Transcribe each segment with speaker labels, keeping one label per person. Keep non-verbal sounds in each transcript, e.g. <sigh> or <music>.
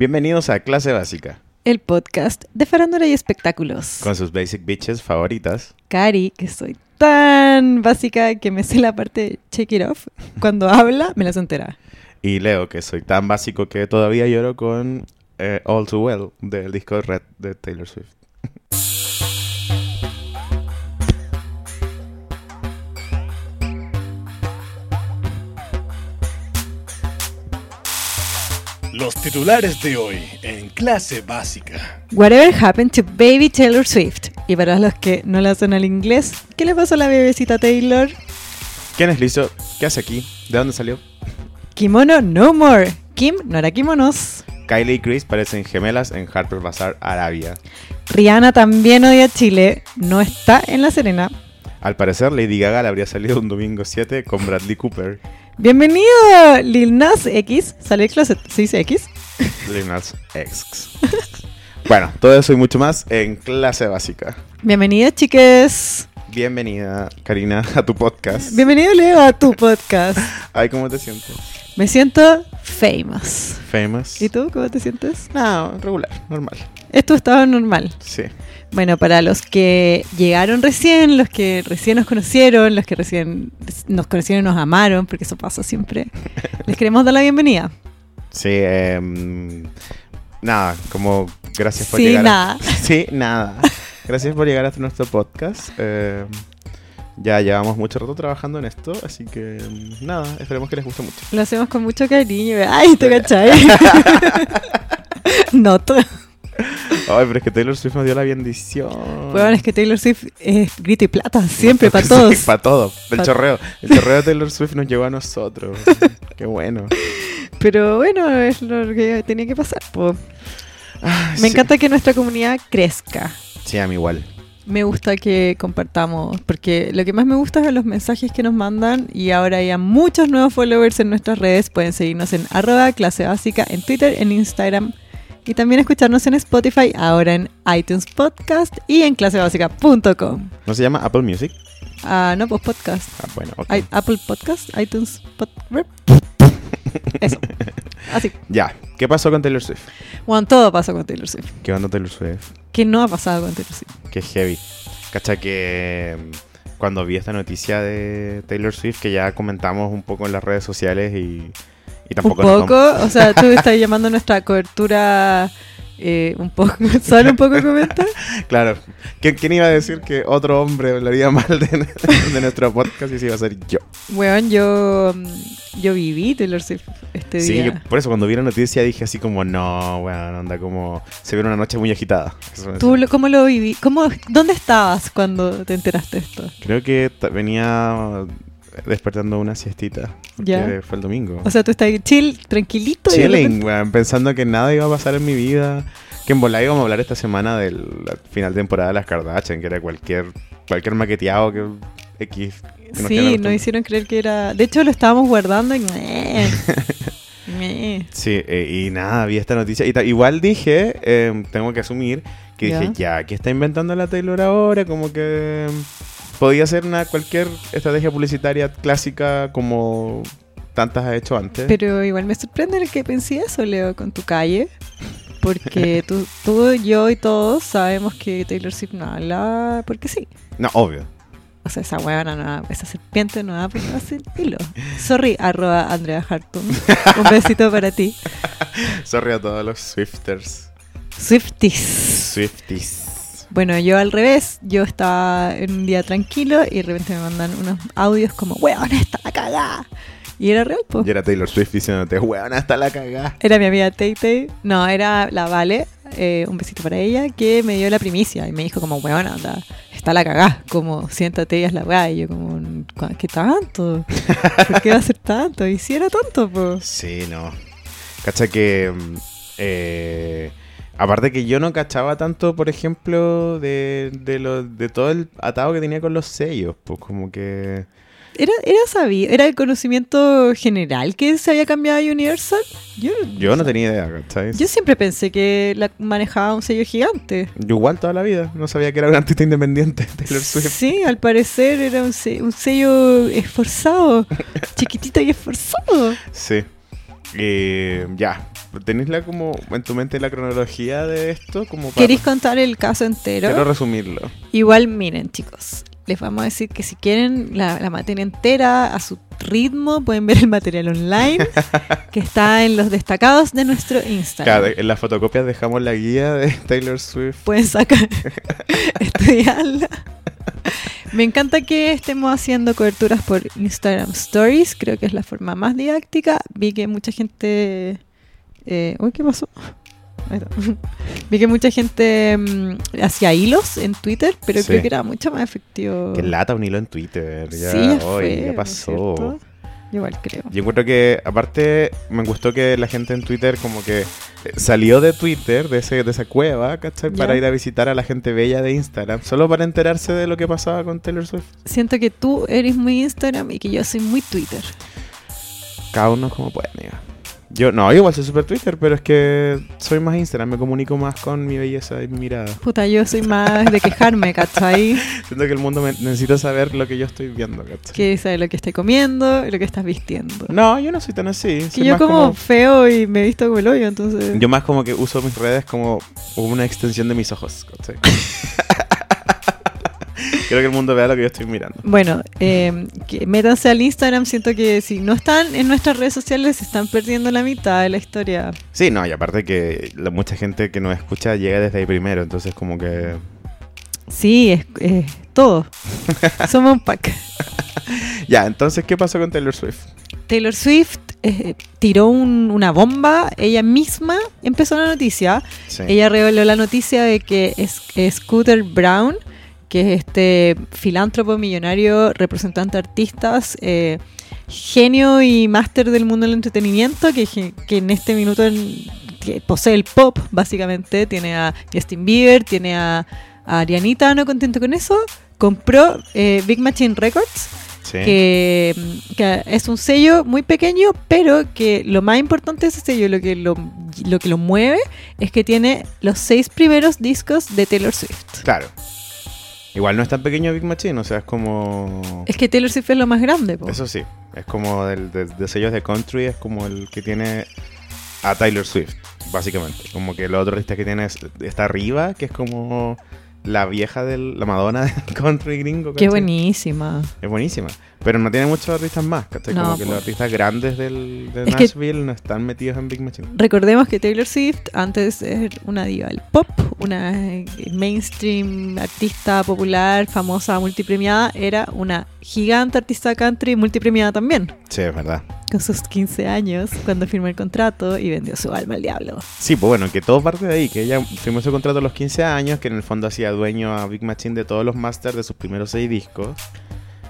Speaker 1: Bienvenidos a Clase Básica,
Speaker 2: El podcast de farándula y espectáculos.
Speaker 1: con sus basic bitches favoritas.
Speaker 2: Cari, que soy tan básica que me sé la parte de check it off. Cuando habla, me las entera.
Speaker 1: Y Leo, que soy tan básico que todavía lloro con eh, All Too Well del disco Red de Taylor Swift.
Speaker 3: Los titulares de hoy en clase básica.
Speaker 2: Whatever happened to baby Taylor Swift. Y para los que no la hacen al inglés, ¿qué le pasó a la bebecita Taylor?
Speaker 1: ¿Quién es Lizzo? ¿Qué hace aquí? ¿De dónde salió?
Speaker 2: Kimono no more. Kim no hará kimonos.
Speaker 1: Kylie y Chris parecen gemelas en Harper Bazaar, Arabia.
Speaker 2: Rihanna también odia Chile. No está en La Serena.
Speaker 1: Al parecer, Lady Gaga le habría salido un domingo 7 con Bradley Cooper.
Speaker 2: Bienvenido, Lil Nas X. Sale del closet. ¿Se dice X?
Speaker 1: Lil Nas
Speaker 2: <laughs>
Speaker 1: X. Bueno, todo eso y mucho más en Clase Básica.
Speaker 2: Bienvenido, chiques.
Speaker 1: Bienvenida, Karina, a tu podcast.
Speaker 2: Bienvenido, Leo, a tu podcast.
Speaker 1: Ay, ¿cómo te sientes?
Speaker 2: Me siento famous.
Speaker 1: Famous.
Speaker 2: ¿Y tú cómo te sientes?
Speaker 1: No, regular, normal.
Speaker 2: Es tu estado normal.
Speaker 1: Sí.
Speaker 2: Bueno, para los que llegaron recién, los que recién nos conocieron, los que recién nos conocieron y nos amaron, porque eso
Speaker 1: <laughs>
Speaker 2: pasa siempre, les queremos dar la bienvenida.
Speaker 1: Sí, eh, mm, nada, como gracias por
Speaker 2: Sí,
Speaker 1: llegar. a-
Speaker 2: nada.
Speaker 1: <laughs> sí, nada. Gracias por llegar hasta nuestro podcast. Eh, ya llevamos mucho rato trabajando en esto, así que mm, nada, esperemos que les guste mucho.
Speaker 2: Lo hacemos con mucho cariño. ¡Ay, te cachai!
Speaker 1: <laughs>
Speaker 2: Noto.
Speaker 1: Ay, pero es que Taylor Swift nos dio la bendición.
Speaker 2: Bueno, es que Taylor Swift es grito y plata, siempre,
Speaker 1: <laughs>
Speaker 2: para
Speaker 1: Sí,
Speaker 2: todos.
Speaker 1: para todos. El
Speaker 2: Pa-
Speaker 1: chorreo. El chorreo de Taylor Swift nos llegó a
Speaker 2: <laughs>
Speaker 1: nosotros. Qué bueno.
Speaker 2: Pero bueno, es lo que tenía que pasar. po.
Speaker 1: Ah,
Speaker 2: Me
Speaker 1: sí.
Speaker 2: encanta que nuestra comunidad crezca.
Speaker 1: Sí, a mí igual.
Speaker 2: Me gusta que compartamos, porque lo que más me gusta es los mensajes que nos mandan y ahora hay a muchos nuevos followers en nuestras redes. Pueden seguirnos en arroba clase básica, en Twitter, en Instagram y también escucharnos en Spotify, ahora en iTunes Podcast y en clasebásica.com.
Speaker 1: ¿No se llama Apple Music?
Speaker 2: Ah, no, pues podcast.
Speaker 1: Ah, bueno, ok.
Speaker 2: I- Apple Podcast, iTunes Podcast. Eso. Así.
Speaker 1: Ya, ¿qué pasó con Taylor Swift?
Speaker 2: Juan, todo pasa con Taylor Swift.
Speaker 1: ¿Qué onda Taylor Swift?
Speaker 2: ¿Qué no ha pasado con Taylor Swift?
Speaker 1: Qué heavy. Cacha que mm, cuando vi esta noticia de Taylor Swift, que ya comentamos un poco en las redes sociales y, y tampoco nos
Speaker 2: un
Speaker 1: vamos-
Speaker 2: poco, o
Speaker 1: <laughs>
Speaker 2: sea, tú estás llamando nuestra cobertura eh, un poco, <laughs> solo un poco comenta.
Speaker 1: Claro. ¿Quién, quién iba a decir que otro hombre hablaría <laughs> mal de, de nuestro podcast y si iba a ser yo?
Speaker 2: Weón, yo, mm, yo viví Taylor Swift este
Speaker 1: Sí,
Speaker 2: día.
Speaker 1: yo- por eso cuando vi la noticia dije así como, no, bueno, onda como, se viene una noche muy agitada. Eso me
Speaker 2: ¿Tú
Speaker 1: decía.
Speaker 2: lo- cómo lo viví? ¿Cómo, ¿Dónde estabas cuando te enteraste de esto?
Speaker 1: Creo que ta- venía despertando una siestita. Porque
Speaker 2: Ya.
Speaker 1: fue el domingo.
Speaker 2: O sea, tú estás ahí chill, tranquilito. y de
Speaker 1: Chilling,
Speaker 2: repente-
Speaker 1: weón, pensando que nada iba a pasar en mi vida. Que en volada íbamos a hablar esta semana del la final de temporada de las Kardashian, que era cualquier cualquier maqueteado que X. que nos quedan
Speaker 2: sí,
Speaker 1: acostumbrados.
Speaker 2: nos hicieron creer que era... De hecho, lo estábamos
Speaker 1: <laughs>
Speaker 2: guardando y... meh, meh.
Speaker 1: Sí, eh, y nada, vi esta noticia. Y ta- igual dije, eh, tengo que asumir, que
Speaker 2: Ya.
Speaker 1: dije, ya, ¿qué está inventando la Taylor ahora? Como que mm, podía ser una cualquier estrategia publicitaria clásica como tantas ha hecho antes.
Speaker 2: Pero igual me sorprende el que pensé eso, Leo, con tu calle. Porque tú, tú, yo y todos sabemos que Taylor Swift no habla porque sí.
Speaker 1: No, obvio.
Speaker 2: O sea, esa huevona no habla- esa serpiente no habla porque va a ser hilo. Sorry, arroba Andrea Hartung. Un besito para ti.
Speaker 1: Sorry a todos los Swifters.
Speaker 2: Swifties.
Speaker 1: Swifties.
Speaker 2: Bueno, yo al revés, yo estaba en un día tranquilo y de repente me mandan unos audios como, weón, está la cagada. Y era real, po.
Speaker 1: Y era Taylor Swift diciéndote, weón, hasta la cagá.
Speaker 2: Era mi amiga Tay No, era la Vale. eh, un besito para ella. Que me dio la primicia. Y me dijo como, weón, anda, está la cagá. Como, siéntate y es la weá. Y yo como, "Cu- ¿qué tanto? ¿Por qué va a ser tanto? Y si era tonto, pues.
Speaker 1: Sí, no. Cacha que. mm, eh, aparte que yo no cachaba tanto, por ejemplo, de, de, lo, de todo el atado que tenía con los sellos. Pues como que.
Speaker 2: Era, era sabido, era el conocimiento general que se había cambiado a Universal. Yo,
Speaker 1: Yo no tenía idea, ¿cachai?
Speaker 2: yo siempre pensé que la manejaba un sello gigante.
Speaker 1: Yo igual toda la vida. No sabía que era un artista independiente <laughs> Taylor Swift.
Speaker 2: Sí, al parecer
Speaker 1: <laughs>
Speaker 2: era un se- un sello esforzado, chiquitito y esforzado.
Speaker 1: Sí. Eh, ya, ¿tenéis la como en tu mente la cronología de esto? Como para-
Speaker 2: ¿Queréis contar el caso entero?
Speaker 1: Quiero resumirlo.
Speaker 2: Igual miren, chicos. Les vamos a decir que si quieren la, la materia entera a su ritmo, pueden ver el material
Speaker 1: <laughs>
Speaker 2: online que está en los destacados de nuestro Instagram.
Speaker 1: Claro, en las fotocopias dejamos la guía de <laughs> Taylor Swift.
Speaker 2: Pueden sacar, <laughs> estudiarla. Me encanta que estemos haciendo coberturas por Instagram Stories. Creo que es la forma más didáctica. Vi que mucha gente. eh, uy, ¿qué pasó? Ahí está. Vi que mucha gente mm, hacía hilos en Twitter, pero
Speaker 1: Sí.
Speaker 2: creo que era mucho más efectivo.
Speaker 1: Que lata un hilo en Twitter. Ya,
Speaker 2: Ah. sí, es
Speaker 1: hoy,
Speaker 2: feo,
Speaker 1: ya
Speaker 2: ¿no es
Speaker 1: pasó.
Speaker 2: cierto? Yo Igual creo.
Speaker 1: Yo encuentro que, aparte, me gustó que la gente en Twitter como que eh, salió de Twitter, de, ese, de esa cueva, ¿cachai?
Speaker 2: Ya.
Speaker 1: Para ir a visitar a la gente bella de Instagram, solo para enterarse de lo que pasaba con Taylor Swift.
Speaker 2: Siento que tú eres muy Instagram y que yo soy muy Twitter.
Speaker 1: Cada uno como puede, amiga. Yo, no, igual soy super Twitter, pero es que soy más Instagram, me comunico más con mi belleza y mi mirada.
Speaker 2: Puta, yo soy más de quejarme, ¿cachai?
Speaker 1: Siento que el mundo me- necesita saber lo que yo estoy viendo, ¿cachai?
Speaker 2: que sabe lo que estás comiendo y lo que estás vistiendo.
Speaker 1: No, yo no soy tan así.
Speaker 2: que
Speaker 1: soy
Speaker 2: yo
Speaker 1: más
Speaker 2: como, feo y me he visto como el hoyo, entonces...
Speaker 1: Yo más como que uso mis redes como una extensión de mis ojos. <laughs> ¿cachai? Quiero que el mundo vea lo que yo estoy mirando.
Speaker 2: Bueno, eh, que métanse al Instagram, siento que si no están en nuestras redes sociales se están perdiendo la mitad de la historia.
Speaker 1: Sí, no, y aparte que la, mucha gente que nos escucha llega desde ahí primero, entonces como que...
Speaker 2: Sí, es, es
Speaker 1: <laughs>
Speaker 2: todo. Somos un pack.
Speaker 1: Ya, entonces, ¿qué pasó con Taylor Swift?
Speaker 2: Taylor Swift eh, tiró un- una bomba, ella misma empezó la noticia,
Speaker 1: Sí.
Speaker 2: Ella reveló la noticia de que es- Scooter Brown, que es este filántropo millonario, representante de artistas, eh, genio y máster del mundo del entretenimiento, que, ge- que en este minuto en- que posee el pop, básicamente. Tiene a Justin Bieber, tiene a, a Arianita, no contento con eso. Compró eh, Big Machine Records
Speaker 1: Sí.
Speaker 2: que, mm, que es un sello muy pequeño, pero que lo más importante de ese sello, lo que lo, lo que lo mueve, es que tiene los seis primeros discos de Taylor Swift.
Speaker 1: Claro. Igual no es tan pequeño Big Machine, o sea, es como...
Speaker 2: Es que Taylor Swift es lo más grande, po.
Speaker 1: Eso sí, es como del, de, de sellos de country, es como el que tiene a Taylor Swift, básicamente. Como que los otro artista que tiene es- está arriba, que es como la vieja de la Madonna <laughs> del country gringo.
Speaker 2: Qué
Speaker 1: ¿cachai?
Speaker 2: buenísima.
Speaker 1: Es buenísima. Pero no tiene muchos artistas más, ¿cachai?
Speaker 2: No,
Speaker 1: como que
Speaker 2: po.
Speaker 1: los artistas grandes del, de
Speaker 2: Es que-
Speaker 1: Nashville no están metidos en Big Machine.
Speaker 2: Recordemos que Taylor Swift antes era una diva del pop, una eh, mainstream artista popular, famosa, multipremiada, era una gigante artista country multipremiada también,
Speaker 1: Sí, es verdad.
Speaker 2: con sus 15 años cuando firmó el contrato y vendió su alma al diablo.
Speaker 1: Sí, pues bueno, que todo parte de ahí, que ella firmó ese contrato a los 15 años, que en el fondo hacía dueño a Big Machine de todos los masters de sus primeros seis discos.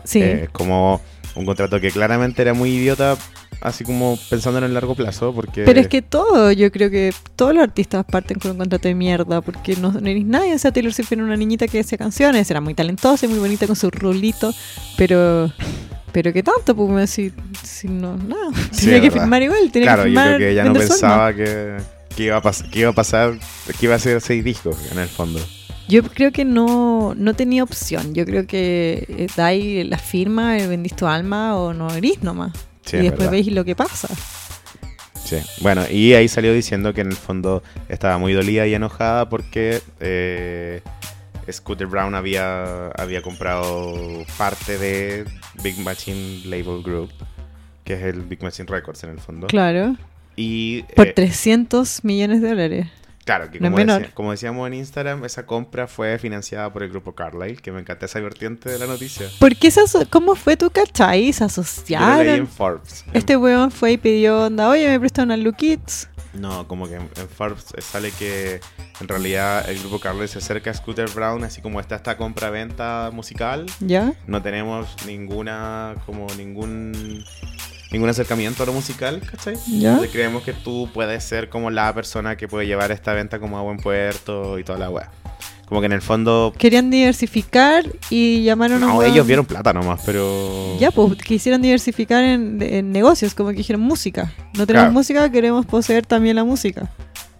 Speaker 2: Sí.
Speaker 1: Eh, como un contrato que claramente era muy idiota, así como pensando en el largo plazo, porque...
Speaker 2: Pero es que todo, yo creo que todos los artistas parten con un contrato de mierda, porque no, no eres nadie. O sea, Taylor Swift era una niñita que hacía canciones, era muy talentosa y muy bonita con su rulito, pero. Pero qué tanto, pues me si, si no, nada.
Speaker 1: Sí,
Speaker 2: <laughs> tenía
Speaker 1: es
Speaker 2: que
Speaker 1: verdad.
Speaker 2: firmar igual, tenía
Speaker 1: claro,
Speaker 2: que
Speaker 1: yo
Speaker 2: firmar.
Speaker 1: creo que ella no
Speaker 2: vender su alma.
Speaker 1: pensaba que, que iba a pas- que iba a pasar, que iba a hacer seis discos en el fondo.
Speaker 2: Yo creo que no, no tenía opción. Yo creo que eh, dai la firma, eh, vendís tu alma o no eres nomás.
Speaker 1: Sí,
Speaker 2: y
Speaker 1: es
Speaker 2: después
Speaker 1: verdad.
Speaker 2: veis lo que pasa.
Speaker 1: Sí. Bueno, y ahí salió diciendo que en el fondo estaba muy dolida y enojada porque eh, Scooter Brown había, había comprado parte de Big Machine Label Group, que es el Big Machine Records en el fondo.
Speaker 2: Claro.
Speaker 1: Y,
Speaker 2: Por
Speaker 1: eh,
Speaker 2: 300 millones de dólares.
Speaker 1: Claro, que
Speaker 2: No es
Speaker 1: como, decía-
Speaker 2: menor.
Speaker 1: como decíamos en Instagram, esa compra fue financiada por el grupo Carlyle, que me encanta esa vertiente de la noticia.
Speaker 2: ¿Por qué se aso- ¿Cómo fue tu cachai? ¿Se
Speaker 1: Yo lo leí en
Speaker 2: asociaron?
Speaker 1: Forbes. En-
Speaker 2: Este weón fue y pidió onda, oye, me prestan una Lukits.
Speaker 1: no, como que en, en Forbes sale que en realidad el grupo Carlyle se acerca a Scooter Brown, así como está esta compra-venta musical.
Speaker 2: ¿Ya?
Speaker 1: No tenemos ninguna, como ningún, ningún acercamiento a lo musical, ¿cachai?
Speaker 2: ¿Ya?
Speaker 1: Entonces creemos que tú puedes ser como la persona que puede llevar esta venta como a buen puerto y toda la weá. Como que en el fondo
Speaker 2: Querían diversificar y llamaron a un
Speaker 1: No,
Speaker 2: weón-
Speaker 1: ellos vieron plata nomás, pero.
Speaker 2: Ya, pues quisieron diversificar en, en negocios, como que dijeron música. No tenemos
Speaker 1: Claro.
Speaker 2: música, queremos poseer también la música.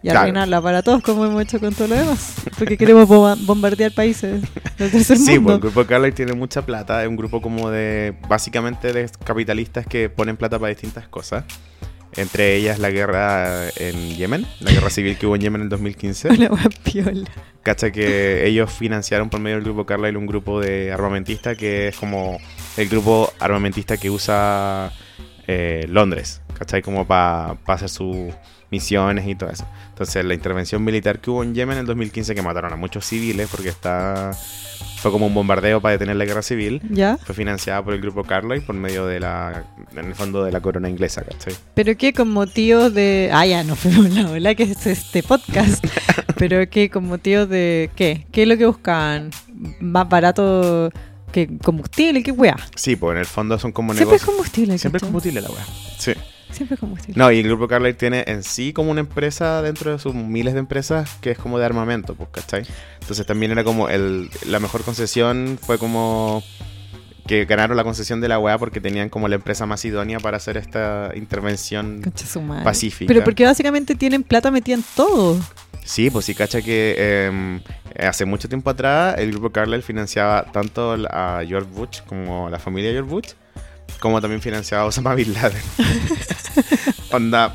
Speaker 2: Y
Speaker 1: Claro.
Speaker 2: arruinarla para todos, como hemos hecho con todo lo demás. Porque queremos bomba- bombardear países del tercer
Speaker 1: Sí, pues el
Speaker 2: mundo.
Speaker 1: grupo Carlyle tiene mucha plata, es un grupo como de, básicamente de capitalistas que ponen plata para distintas cosas. Entre ellas la guerra en Yemen, la guerra civil que hubo en Yemen en pues, el 2015.
Speaker 2: <laughs> Una wea piola.
Speaker 1: Cacha que ellos financiaron por medio del grupo Carlyle un grupo de armamentista que es como el grupo armamentista que usa eh, Londres, ¿cachai? Como para hacer sus misiones y todo eso. Entonces la intervención militar que hubo en Yemen en el 2015 que mataron a muchos civiles porque está fue como un bombardeo para detener la guerra civil.
Speaker 2: ¿Ya?
Speaker 1: Fue financiada por el grupo Carlyle por medio de la, en el fondo de la corona inglesa, ¿cachai?
Speaker 2: Pero que con motivo de. Ah, ya, no fue la ola que es
Speaker 1: <laughs>
Speaker 2: este podcast. Pero que con motivo de. ¿Qué? ¿Qué es lo que buscaban? ¿Más barato que combustible? ¿Qué weá?
Speaker 1: Sí, pues en el fondo son como
Speaker 2: Siempre es
Speaker 1: negocios.
Speaker 2: combustible.
Speaker 1: Siempre es
Speaker 2: ¿cachai?
Speaker 1: combustible la weá. Sí.
Speaker 2: Siempre es combustible.
Speaker 1: No, y el grupo Carlyle tiene en sí como una empresa dentro de sus miles de empresas que es como de armamento, pues, ¿cachai? Entonces también era como el, la mejor concesión fue como que ganaron la concesión de la weá porque tenían como la empresa más idónea para hacer esta intervención.
Speaker 2: Concha su madre.
Speaker 1: Pacífica.
Speaker 2: Pero porque básicamente tienen plata metida en todo.
Speaker 1: Sí, pues sí, cacha que em, hace mucho tiempo atrás el grupo Carlyle financiaba tanto a George Bush como a la familia George Bush, como también financiaba a Osama Bin Laden. Onda,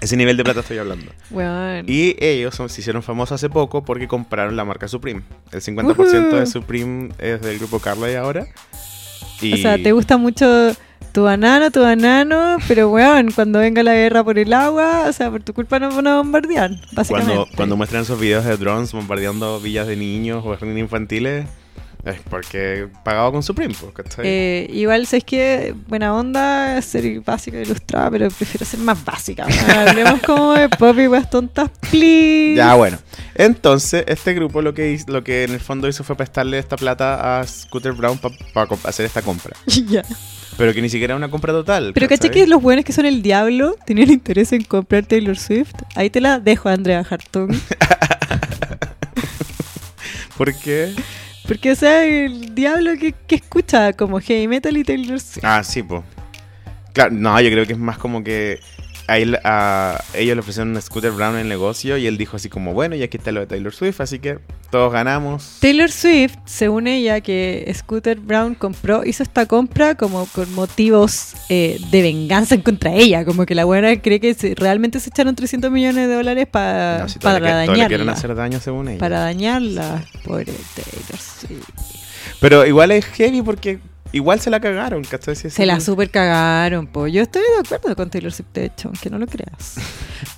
Speaker 1: ese nivel de plata estoy hablando.
Speaker 2: Weón.
Speaker 1: Y ellos son- se hicieron famosos hace poco porque compraron la marca Supreme. El 50% de
Speaker 2: Ujú.
Speaker 1: Supreme es del grupo Carlyle ahora. Y
Speaker 2: O sea, te gusta mucho tu banano, tu banano, pero weón, cuando venga la guerra por el agua, o sea, por tu culpa no van a bombardear, básicamente.
Speaker 1: cuando, cuando muestran esos videos de drones bombardeando villas de niños o jardines infantiles, es porque pagaba con Supreme, pues, ¿cachai?
Speaker 2: Eh, igual, ¿sabes que Buena onda, ser básica, ilustrada, pero prefiero ser más básica. weón. Hablemos como de pop y weas tontas, please.
Speaker 1: Ya, bueno. Entonces, este grupo lo que, hiz- lo que en el fondo hizo fue prestarle esta plata a Scooter Brown para hacer esta compra.
Speaker 2: <laughs> Ya.
Speaker 1: Pero que ni siquiera era una compra total.
Speaker 2: Pero caché
Speaker 1: ¿cachai?
Speaker 2: que los buenos que son el diablo tenían interés en comprar Taylor Swift. Ahí te la dejo, Andrea Hartung.
Speaker 1: ¿Por qué?
Speaker 2: Porque, o sea, el diablo que, que escucha como heavy metal y Taylor Swift.
Speaker 1: Ah, sí, pues. Claro, no, yo creo que es más como que a él, a- ellos le ofrecieron un Scooter Brown en el negocio y él dijo así como, bueno, y aquí está lo de Taylor Swift, así que todos ganamos.
Speaker 2: Taylor Swift, según ella, que Scooter Brown compró, hizo esta compra como con motivos eh, de venganza en contra ella. Como que la buena cree que se- realmente se echaron 300 millones de dólares pa-
Speaker 1: No, si todo
Speaker 2: para
Speaker 1: le que- todo le quieren
Speaker 2: dañarla.
Speaker 1: hacer daño según ella.
Speaker 2: Para dañarla, pobre Taylor Swift.
Speaker 1: Pero igual es heavy porque igual se la cagaron, ¿cachai? Sí,
Speaker 2: Se
Speaker 1: sí.
Speaker 2: la super cagaron, po. Yo estoy de acuerdo con Taylor Swift, de hecho, aunque no lo creas.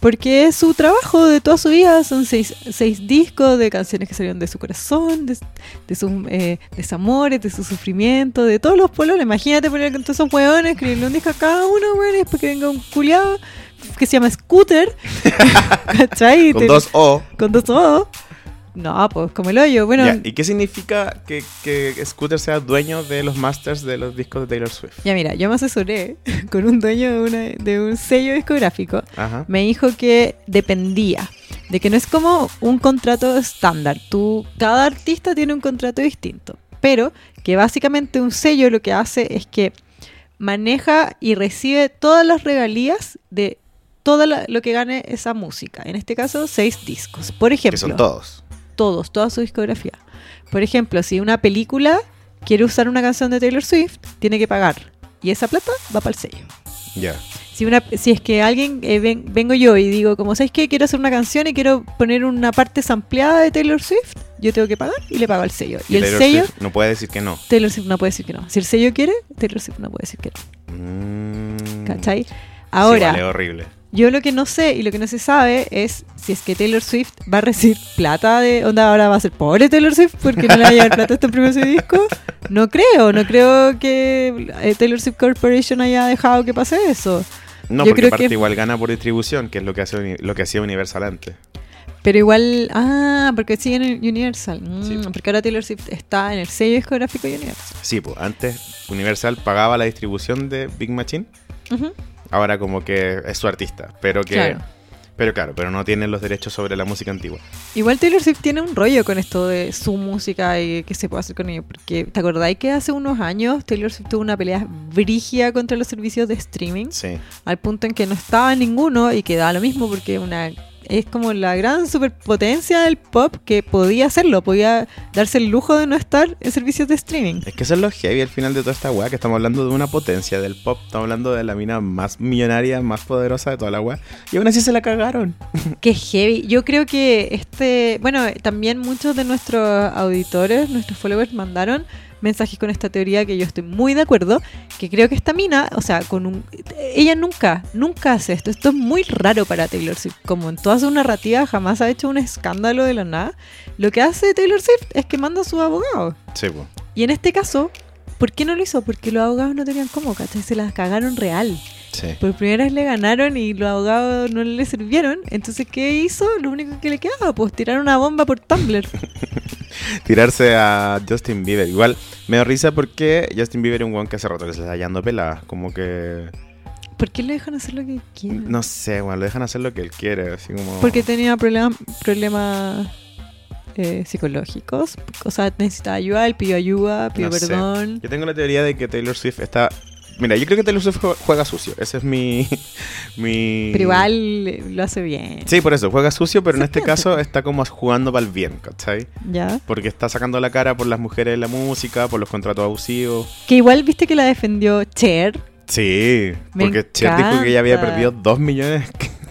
Speaker 2: Porque es su trabajo de toda su vida. Son seis, seis discos de canciones que salieron de su corazón, de, de sus eh, desamores, de su sufrimiento, de todos los polos. Imagínate poner con todos esos hueones, escribirle un disco a cada uno, weón, y después que venga un culiado que se
Speaker 1: <laughs>
Speaker 2: llama Scooter. ¿Cachai? Y
Speaker 1: Con
Speaker 2: te-
Speaker 1: dos O.
Speaker 2: Con dos O. No, pues como el hoyo. Bueno,
Speaker 1: Ya, ¿Y qué significa que, que Scooter sea dueño de los masters de los discos de Taylor Swift?
Speaker 2: ya mira, yo me asesoré con un dueño de, una- de un sello discográfico.
Speaker 1: Ajá.
Speaker 2: me dijo que dependía, de que no es como un contrato estándar. Tú, cada artista tiene un contrato distinto, pero que básicamente un sello lo que hace es que maneja y recibe todas las regalías de todo lo que gane esa música. En este caso, seis discos. Por ejemplo,
Speaker 1: Que son todos.
Speaker 2: todos, toda su discografía. Por ejemplo, si una película quiere usar una canción de Taylor Swift, tiene que pagar. Y esa plata va para el sello.
Speaker 1: Ya.
Speaker 2: Si, una, si es que alguien, eh, ven- vengo yo y digo, como sabes que quiero hacer una canción y quiero poner una parte sampleada de Taylor Swift, yo tengo que pagar y le pago al sello. Y, el
Speaker 1: Taylor
Speaker 2: sello,
Speaker 1: Swift no puede decir que no.
Speaker 2: Taylor Swift no puede decir que no. Si el sello quiere, Taylor Swift no puede decir que no.
Speaker 1: Mm.
Speaker 2: ¿Cachai?
Speaker 1: Sí,
Speaker 2: Ahora,
Speaker 1: vale, horrible.
Speaker 2: yo lo que no sé y lo que no se sabe es si es que Taylor Swift va a recibir plata de. Onda, ahora va a ser pobre Taylor Swift porque no le va a llevar plata a este primer disco. No creo, no creo que eh, Taylor Swift Corporation haya dejado que pase eso.
Speaker 1: No,
Speaker 2: Yo
Speaker 1: porque
Speaker 2: creo
Speaker 1: aparte
Speaker 2: que-
Speaker 1: igual gana por distribución, que es lo que, hace, Uni- lo que hacía Universal antes.
Speaker 2: Pero igual, ah, porque siguen en Universal. Mm,
Speaker 1: Sí.
Speaker 2: Porque ahora Taylor Swift está en el sello discográfico Universal.
Speaker 1: Sí, pues antes Universal pagaba la distribución de Big Machine,
Speaker 2: Ujú.
Speaker 1: ahora como que es su artista, pero que...
Speaker 2: Claro.
Speaker 1: Pero claro, pero no tiene los derechos sobre la música antigua.
Speaker 2: Igual Taylor Swift tiene un rollo con esto de su música y qué se puede hacer con ello. Porque, ¿te acordáis que hace unos años Taylor Swift tuvo una pelea brígida contra los servicios de streaming?
Speaker 1: Sí.
Speaker 2: Al punto en que no estaba en ninguno y quedaba lo mismo porque una es como la gran superpotencia del pop que podía hacerlo, podía darse el lujo de no estar en servicios de streaming.
Speaker 1: Es que eso es lo heavy al final de toda esta weá, que estamos hablando de una potencia del pop, estamos hablando de la mina más millonaria, más poderosa de toda la weá, y aún así se la cagaron.
Speaker 2: Qué heavy. Yo creo que este, bueno, también muchos de nuestros auditores, nuestros followers mandaron mensajes con esta teoría que yo estoy muy de acuerdo, que creo que esta mina, o sea, con un, ella nunca, nunca hace esto. Esto es muy raro para Taylor Swift. Como en toda su narrativa jamás ha hecho un escándalo de la nada. Lo que hace Taylor Swift es que manda a su abogado.
Speaker 1: Sí, pues.
Speaker 2: Y en este caso, ¿por qué no lo hizo? Porque los abogados no tenían cómo, ¿cachai? Se las cagaron real.
Speaker 1: Sí.
Speaker 2: Por primera vez le ganaron y los abogados no le sirvieron. Entonces, ¿qué hizo? Lo único que le quedaba, pues tirar una bomba por Tumblr.
Speaker 1: Tirarse a Justin Bieber. Igual me da risa porque Justin Bieber es un weón que hace rato que se está hallando pelada. Como que.
Speaker 2: ¿Por qué le dejan hacer lo que quiere?
Speaker 1: No sé, weón, lo dejan hacer lo que él quiere. Así como.
Speaker 2: Porque tenía problema- problemas eh, psicológicos. O sea, necesitaba ayuda, él pidió ayuda, pidió
Speaker 1: No sé.
Speaker 2: perdón.
Speaker 1: Yo tengo la teoría de que Taylor Swift está. Mira, yo creo que Taylor Swift jue- juega sucio. Ese es mi. <laughs> mi...
Speaker 2: Pero igual eh, lo hace bien.
Speaker 1: Sí, por eso, juega sucio, pero en este caso
Speaker 2: Exactamente.
Speaker 1: está como jugando para el bien, ¿cachai?
Speaker 2: ¿Ya?
Speaker 1: Porque está sacando la cara por las mujeres de la música, por los contratos abusivos.
Speaker 2: Que igual viste que la defendió Cher.
Speaker 1: Sí,
Speaker 2: Me
Speaker 1: porque Cher dijo que ella había
Speaker 2: encanta.
Speaker 1: perdido 2 millones, <laughs>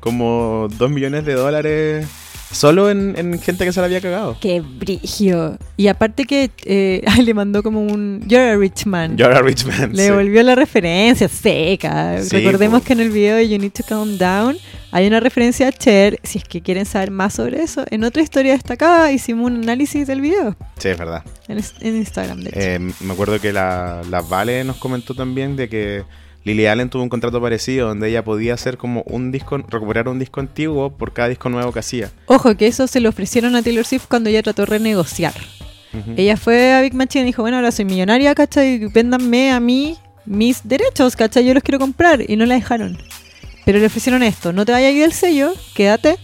Speaker 1: como 2 millones de dólares solo en, en gente que se la había cagado.
Speaker 2: ¡Qué brigio! Y aparte que eh, <laughs> ay, le mandó como un You're a rich man.
Speaker 1: You're a rich man.
Speaker 2: Le
Speaker 1: sí.
Speaker 2: volvió la referencia seca.
Speaker 1: Sí,
Speaker 2: Recordemos
Speaker 1: po.
Speaker 2: que en el video de You Need to Calm Down hay una referencia a Cher. Si es que quieren saber más sobre eso, en otra historia destacada hicimos un análisis del video
Speaker 1: Sí, es verdad.
Speaker 2: en, es- en Instagram. De hecho.
Speaker 1: Eh, me acuerdo que la, la Vale nos comentó también de que Lily Allen tuvo un contrato parecido donde ella podía hacer como un disco, recuperar un disco antiguo por cada disco nuevo que hacía.
Speaker 2: Ojo, que eso se lo ofrecieron a Taylor Swift cuando ella trató de renegociar.
Speaker 1: Ujú.
Speaker 2: Ella fue a Big Machine y dijo: Bueno, ahora soy millonaria, ¿cachai? Véndanme a mí mis derechos, ¿cachai? Yo los quiero comprar. Y no la dejaron. Pero le ofrecieron esto: No te vayas a ir del sello, quédate.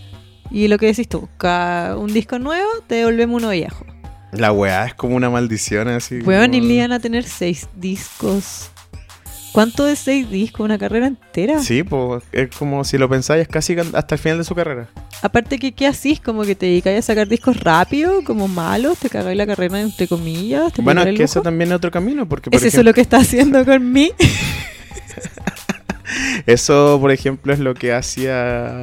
Speaker 2: Y lo que decís tú, ca- un disco nuevo, te devolvemos uno viejo.
Speaker 1: La weá es como una maldición así.
Speaker 2: Weón, y
Speaker 1: como-
Speaker 2: le iban a tener seis discos. ¿Cuánto es seis discos? ¿Una carrera entera?
Speaker 1: Sí, pues es como si lo pensáis, es casi can- hasta el final de su carrera.
Speaker 2: Aparte que, ¿qué hacís? Como que te dedicáis a sacar discos rápido, como malos, te cagáis la carrera entre comillas, te
Speaker 1: Bueno,
Speaker 2: pegáis
Speaker 1: es
Speaker 2: el
Speaker 1: que
Speaker 2: lujo?
Speaker 1: eso también es otro camino, porque por
Speaker 2: ¿Es eso
Speaker 1: ejemplo-
Speaker 2: lo que está haciendo con
Speaker 1: <laughs>
Speaker 2: mí?
Speaker 1: Eso, por ejemplo, es lo que hacía.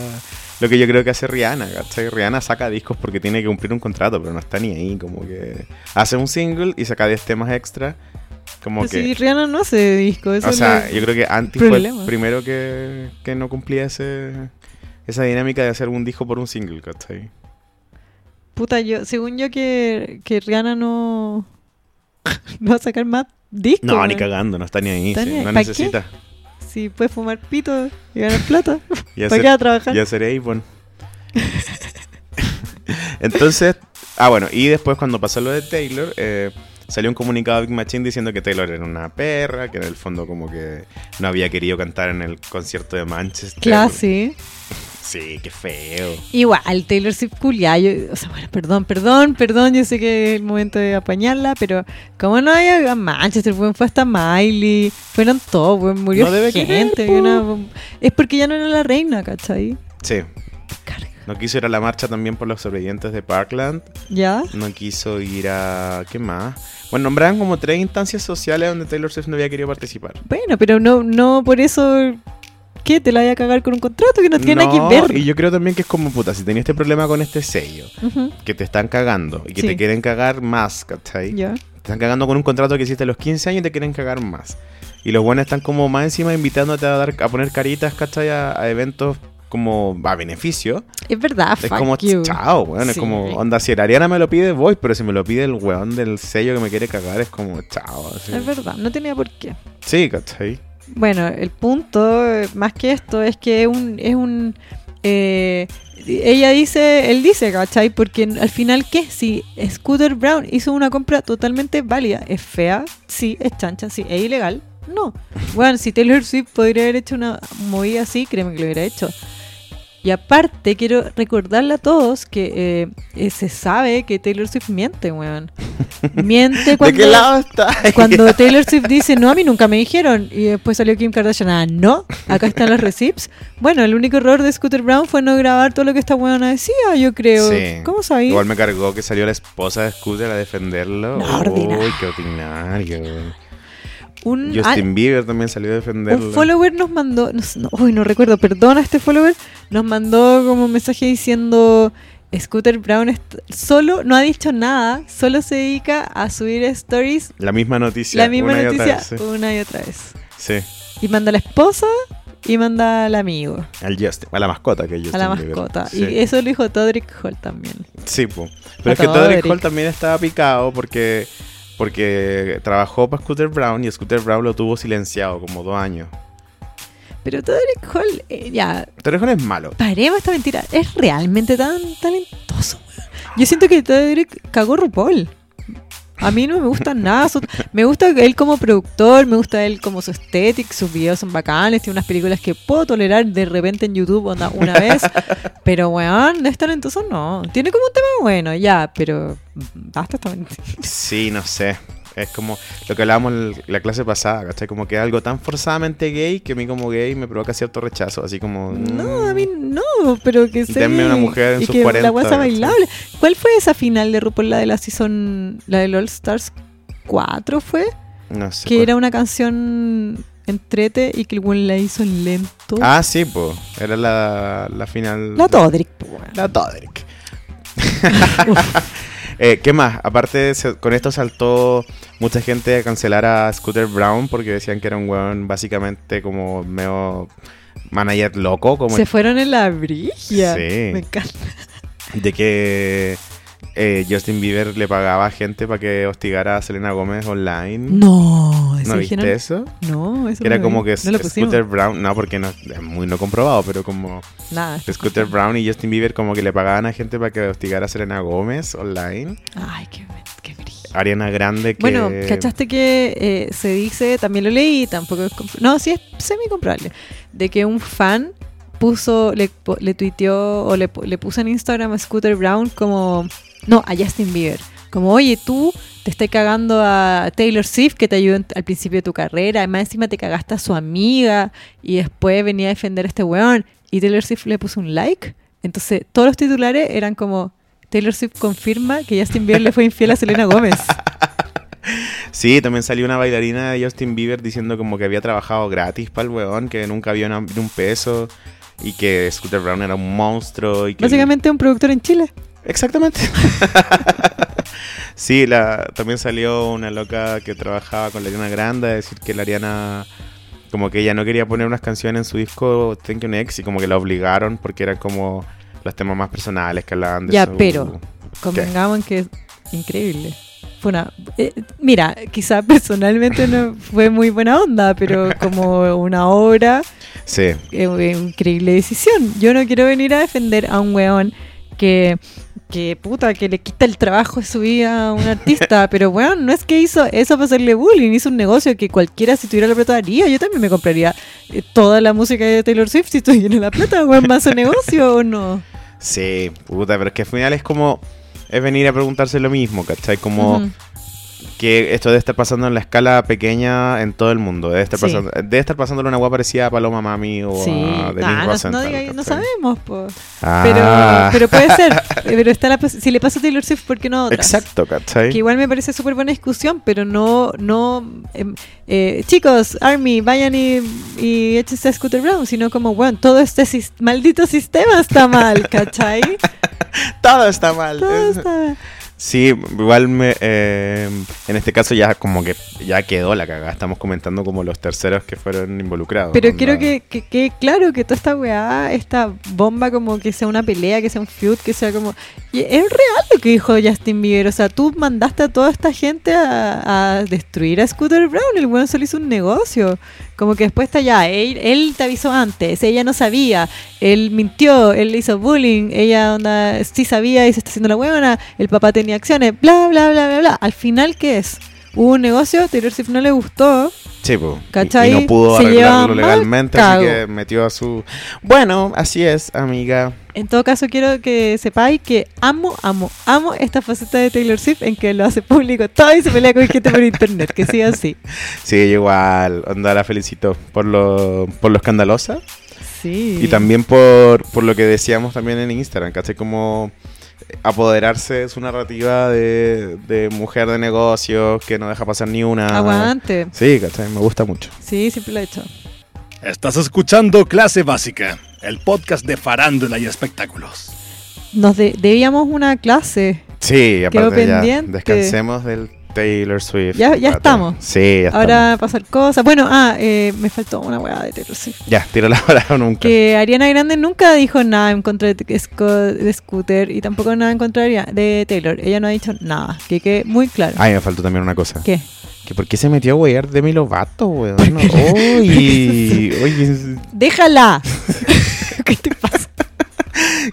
Speaker 1: Lo que yo creo que hace Rihanna, ¿cachai? Rihanna saca discos porque tiene que cumplir un contrato, pero no está ni ahí, como que. Hace un single y saca 10 temas extra. Como
Speaker 2: Pues <laughs> Si
Speaker 1: que.
Speaker 2: Rihanna no hace disco, eso
Speaker 1: o sea,
Speaker 2: es
Speaker 1: yo creo que Anti fue el
Speaker 2: problema.
Speaker 1: primero que, que no cumplía ese, esa dinámica de hacer un disco por un single, ¿cachai?
Speaker 2: puta yo, según yo que, que Rihanna no, <laughs> no va a sacar más discos.
Speaker 1: No, ni
Speaker 2: weón.
Speaker 1: cagando, no está ni ahí,
Speaker 2: Está
Speaker 1: sí,
Speaker 2: ni ahí.
Speaker 1: no
Speaker 2: ¿Pa' qué?
Speaker 1: necesita.
Speaker 2: Si puede fumar pito y ganar plata,
Speaker 1: <laughs> Ya
Speaker 2: ¿para
Speaker 1: se-
Speaker 2: qué va a trabajar?
Speaker 1: Ya seré Avon. Entonces, ah, bueno, y después cuando pasó lo de Taylor, eh, salió un comunicado de Big Machine diciendo que Taylor era una perra, que en el fondo como que no había querido cantar en el concierto de Manchester.
Speaker 2: Claro, sí.
Speaker 1: Sí, qué feo.
Speaker 2: Igual, Taylor Swift culia, yo, o sea, bueno, perdón, perdón, perdón, yo sé que es el momento de apañarla, pero como no hay a Manchester, weón, fue hasta Miley, fueron todos, weón, murió
Speaker 1: No debe
Speaker 2: gente,
Speaker 1: querer,
Speaker 2: había
Speaker 1: po.
Speaker 2: una- es porque ya no era la reina, ¿cachai?
Speaker 1: Sí,
Speaker 2: Carga.
Speaker 1: no quiso ir a la marcha también por los sobrevivientes de Parkland,
Speaker 2: ¿Ya?
Speaker 1: no quiso ir a... ¿qué más? Bueno, nombraban como tres instancias sociales donde Taylor Swift no había querido participar.
Speaker 2: Bueno, pero no, no por eso, ¿qué? Te la voy a cagar con un contrato que no tiene nada que ver.
Speaker 1: Y yo creo también que es como puta, si tenía este problema con este sello,
Speaker 2: Ujú,
Speaker 1: que te están cagando y que
Speaker 2: Sí.
Speaker 1: te quieren cagar más, ¿cachai?
Speaker 2: ya.
Speaker 1: Te están cagando con un contrato que hiciste a los 15 años y te quieren cagar más. Y los buenos están como más encima invitándote a, dar, a poner caritas, ¿cachai? A, a eventos como a beneficio.
Speaker 2: Es verdad,
Speaker 1: es
Speaker 2: fuck
Speaker 1: como,
Speaker 2: you.
Speaker 1: chao, weón. Es
Speaker 2: Sí.
Speaker 1: como, onda, si el Ariana me lo pide, voy, pero si me lo pide el weón del sello que me quiere cagar, es como, chao. así.
Speaker 2: Es verdad, no tenía por qué.
Speaker 1: Sí, ¿cachai?
Speaker 2: Bueno, el punto, eh, más que esto, es que es un... Es un eh, ella dice, él dice, ¿cachai? Porque n- al final, ¿qué? Si Scooter Brown hizo una compra totalmente válida, es fea, sí, es chancha, sí, es ilegal, no. Bueno, si Taylor Swift podría haber hecho una movida así, créeme que lo hubiera hecho. Y aparte, quiero recordarle a todos que eh, eh, se sabe que Taylor Swift
Speaker 1: <laughs>
Speaker 2: miente, weón. Miente
Speaker 1: ¿De
Speaker 2: cuando,
Speaker 1: qué lado
Speaker 2: <laughs>
Speaker 1: está?
Speaker 2: cuando Taylor Swift dice, no, a mí nunca me dijeron. Y después salió Kim Kardashian, ah, no, acá están los receipts. Bueno, el único error de Scooter Brown fue no grabar todo lo que esta weona decía, yo creo.
Speaker 1: Sí.
Speaker 2: ¿Cómo sabía?
Speaker 1: Igual me cargó que salió la esposa de Scooter a defenderlo.
Speaker 2: No, ordinario.
Speaker 1: Uy, qué ordinario.
Speaker 2: Un, ah,
Speaker 1: Justin Bieber también salió a defenderlo.
Speaker 2: Un follower nos mandó, no, sé, no- uy, no recuerdo, perdona este follower, nos mandó como un mensaje diciendo, Scooter Brown est- solo, no ha dicho nada, solo se dedica a subir stories,
Speaker 1: La misma noticia.
Speaker 2: la misma
Speaker 1: una y
Speaker 2: noticia
Speaker 1: otra vez,
Speaker 2: una y otra vez.
Speaker 1: sí.
Speaker 2: Y manda a la esposa y manda al amigo,
Speaker 1: Sí, al Justin, a la mascota que es Justin
Speaker 2: a la
Speaker 1: Bieber.
Speaker 2: mascota.
Speaker 1: Sí.
Speaker 2: Y eso lo dijo Todrick Hall también.
Speaker 1: Sí, po. Pero es que
Speaker 2: Matador,
Speaker 1: Todrick Hall
Speaker 2: Eric.
Speaker 1: también estaba picado porque, porque trabajó para Scooter Brown y Scooter Brown lo tuvo silenciado como dos años.
Speaker 2: Pero Todrick Hall, eh, ya,
Speaker 1: Todrick Hall es malo.
Speaker 2: paremos esta mentira, es realmente tan talentoso. weón. Yo siento que Todrick cagó RuPaul. A mí no me gusta nada. su- <laughs> me gusta él como productor, me gusta él como su estética, sus videos son bacanes, tiene unas películas que puedo tolerar de repente en YouTube onda, una vez. Pero weón, es talentoso no. Tiene como un tema bueno, ya, pero basta esta mentira.
Speaker 1: Sí, no sé. Es como lo que hablábamos en la clase pasada, ¿cachai? Como que es algo tan forzadamente gay que a mí como gay me provoca cierto rechazo, así como...
Speaker 2: No,
Speaker 1: mm,
Speaker 2: a mí no, pero que sea.
Speaker 1: Denme una mujer en
Speaker 2: y
Speaker 1: sus
Speaker 2: que
Speaker 1: 40,
Speaker 2: la guasa
Speaker 1: ¿cachai?
Speaker 2: bailable. ¿Cuál fue esa final de RuPaul, la de la season, la del All Stars 4 fue?
Speaker 1: No sé. pues.
Speaker 2: que
Speaker 1: cuál-
Speaker 2: era una canción entrete y que el weón la hizo lento.
Speaker 1: Ah, sí, po. Era la, la final...
Speaker 2: la Todrick, po, weón.
Speaker 1: La Todrick. Eh, ¿Qué más? Aparte, se- con esto saltó mucha gente a cancelar a Scooter Brown porque decían que era un weón básicamente como medio manager loco, como
Speaker 2: Se fueron en la brigia.
Speaker 1: Sí.
Speaker 2: Me encanta.
Speaker 1: de que eh, Justin Bieber le pagaba a gente para que hostigara a Selena Gómez online.
Speaker 2: No, eso
Speaker 1: Mm. ¿No viste
Speaker 2: dijeron.
Speaker 1: eso?
Speaker 2: No, eso
Speaker 1: Que era
Speaker 2: no lo
Speaker 1: como
Speaker 2: vi.
Speaker 1: que
Speaker 2: no lo pusimos.
Speaker 1: Scooter Brown, no, porque no, es muy no comprobado, pero como
Speaker 2: Nada.
Speaker 1: Scooter Brown y Justin Bieber como que le pagaban a gente para que hostigara a Selena Gómez online.
Speaker 2: Ay, qué, qué brigia.
Speaker 1: Ariana Grande que...
Speaker 2: Bueno, ¿cachaste que eh, se dice, también lo leí, tampoco es comp- No, sí es semi comprobable, de que un fan puso, le, po- le tuiteó o le, po- le puso en Instagram a Scooter Brown como, no, a Justin Bieber, como, oye, tú te estás cagando a Taylor Swift que te ayudó en- al principio de tu carrera, además encima te cagaste a su amiga y después venía a defender a este weón y Taylor Swift le puso un like, entonces todos los titulares eran como... Taylor Swift confirma que Justin Bieber le fue infiel a Selena Gómez.
Speaker 1: Sí, también salió una bailarina de Justin Bieber diciendo como que había trabajado gratis para el weón, que nunca había una- ni un peso y que Scooter Brown era un monstruo. Y que
Speaker 2: Básicamente un productor en Chile.
Speaker 1: Exactamente. <laughs> sí, la, también salió una loca que trabajaba con la Ariana Grande a decir que la Ariana, como que ella no quería poner unas canciones en su disco Thank You Next y como que la obligaron porque eran como los temas más personales que hablaban de
Speaker 2: Ya,
Speaker 1: su-
Speaker 2: pero- Convengamos en que es increíble. Fue una. eh, mira, quizá personalmente no fue muy buena onda, pero como una obra,
Speaker 1: Sí,
Speaker 2: eh, una increíble decisión. Yo no quiero venir a defender a un weón que. Que puta, que le quita el trabajo de su vida a un artista, pero weón, no es que hizo eso para hacerle bullying, hizo un negocio que cualquiera si tuviera la plata haría, yo también me compraría eh, toda la música de Taylor Swift si tuviera la plata, weón, más un negocio o no.
Speaker 1: sí, puta, pero es que al final es como... Es venir a preguntarse lo mismo, ¿cachai? Como...
Speaker 2: Ujú.
Speaker 1: que esto debe estar pasando en la escala pequeña en todo el mundo. Debe estar,
Speaker 2: Sí.
Speaker 1: pasando, debe estar pasándole una agua parecida a Paloma Mami o
Speaker 2: Sí,
Speaker 1: a Denise
Speaker 2: Ah, no, no,
Speaker 1: Rosenthal,
Speaker 2: diga-
Speaker 1: ¿cachai?
Speaker 2: no sabemos, po. pero,
Speaker 1: Ah,
Speaker 2: pero puede ser.
Speaker 1: <laughs>
Speaker 2: Pero está la posi- si le pasa a Taylor Swift, ¿por qué no a otras?
Speaker 1: Exacto, ¿cachai?
Speaker 2: Que igual me parece súper buena discusión, pero no. no em, eh, chicos, Army, vayan y, y échense a Scooter Brown, sino como, bueno, todo este sis- maldito sistema está
Speaker 1: <laughs>
Speaker 2: mal, ¿cachai?
Speaker 1: Todo está mal.
Speaker 2: Todo está
Speaker 1: Sí, igual me, eh, en este caso ya como que ya quedó la cagada. Estamos comentando como los terceros que fueron involucrados.
Speaker 2: Pero
Speaker 1: onda.
Speaker 2: quiero que que quede claro que toda esta weá, esta bomba como que sea una pelea, que sea un feud, que sea como... Y es real lo que dijo Justin Bieber, o sea, tú mandaste a toda esta gente a, a destruir a Scooter Brown, el weón solo hizo un negocio. Como que después está ya, él, él te avisó antes, ella no sabía, él mintió, él le hizo bullying, ella onda, sí sabía y se está haciendo la weona, el papá tenía acciones, bla, bla, bla, bla, bla. Al final, ¿qué es? hubo un negocio, Taylor Swift no le gustó.
Speaker 1: Sí, po. Y-
Speaker 2: ¿Cachai?
Speaker 1: Y no pudo
Speaker 2: Se
Speaker 1: arreglarlo
Speaker 2: llevan mal
Speaker 1: legalmente, así
Speaker 2: cago.
Speaker 1: que metió a su... Bueno, así es, amiga.
Speaker 2: En todo caso, quiero que sepáis que amo, amo, amo esta faceta de Taylor Swift en que lo hace público todo y se pelea con gente por internet, que siga así.
Speaker 1: Sí, igual, onda la felicito por lo, por lo escandalosa
Speaker 2: Sí.
Speaker 1: y también por, por lo que decíamos también en Instagram, ¿cachai? Como apoderarse de su narrativa de, de mujer de negocios que no deja pasar ni una.
Speaker 2: Aguante.
Speaker 1: Sí, ¿cachai? Me gusta mucho.
Speaker 2: Sí, siempre lo he hecho.
Speaker 3: Estás escuchando Clase Básica, el podcast de farándula y espectáculos.
Speaker 2: Nos de- debíamos una clase.
Speaker 1: Sí,
Speaker 2: Quedó
Speaker 1: aparte ya
Speaker 2: pendiente.
Speaker 1: descansemos del Taylor Swift.
Speaker 2: Ya- ya
Speaker 1: Rato.
Speaker 2: estamos.
Speaker 1: Sí, ya
Speaker 2: Ahora pasan cosas. Bueno, ah, eh, me faltó una weá de Taylor Swift.
Speaker 1: estamos. Ya, tira la palabra nunca.
Speaker 2: Que Ariana Grande nunca dijo nada en contra de Sco- de Scooter y tampoco nada en contra de Ari- de Taylor. Ella no ha dicho nada. Que quede muy claro.
Speaker 1: Ay, me faltó también una cosa.
Speaker 2: ¿Qué?
Speaker 1: ¿Que ¿Por qué se metió a huear de Milovato, weón? Oye, <laughs> oye, <laughs>
Speaker 2: ¡Déjala! <laughs> ¿Qué te pasa?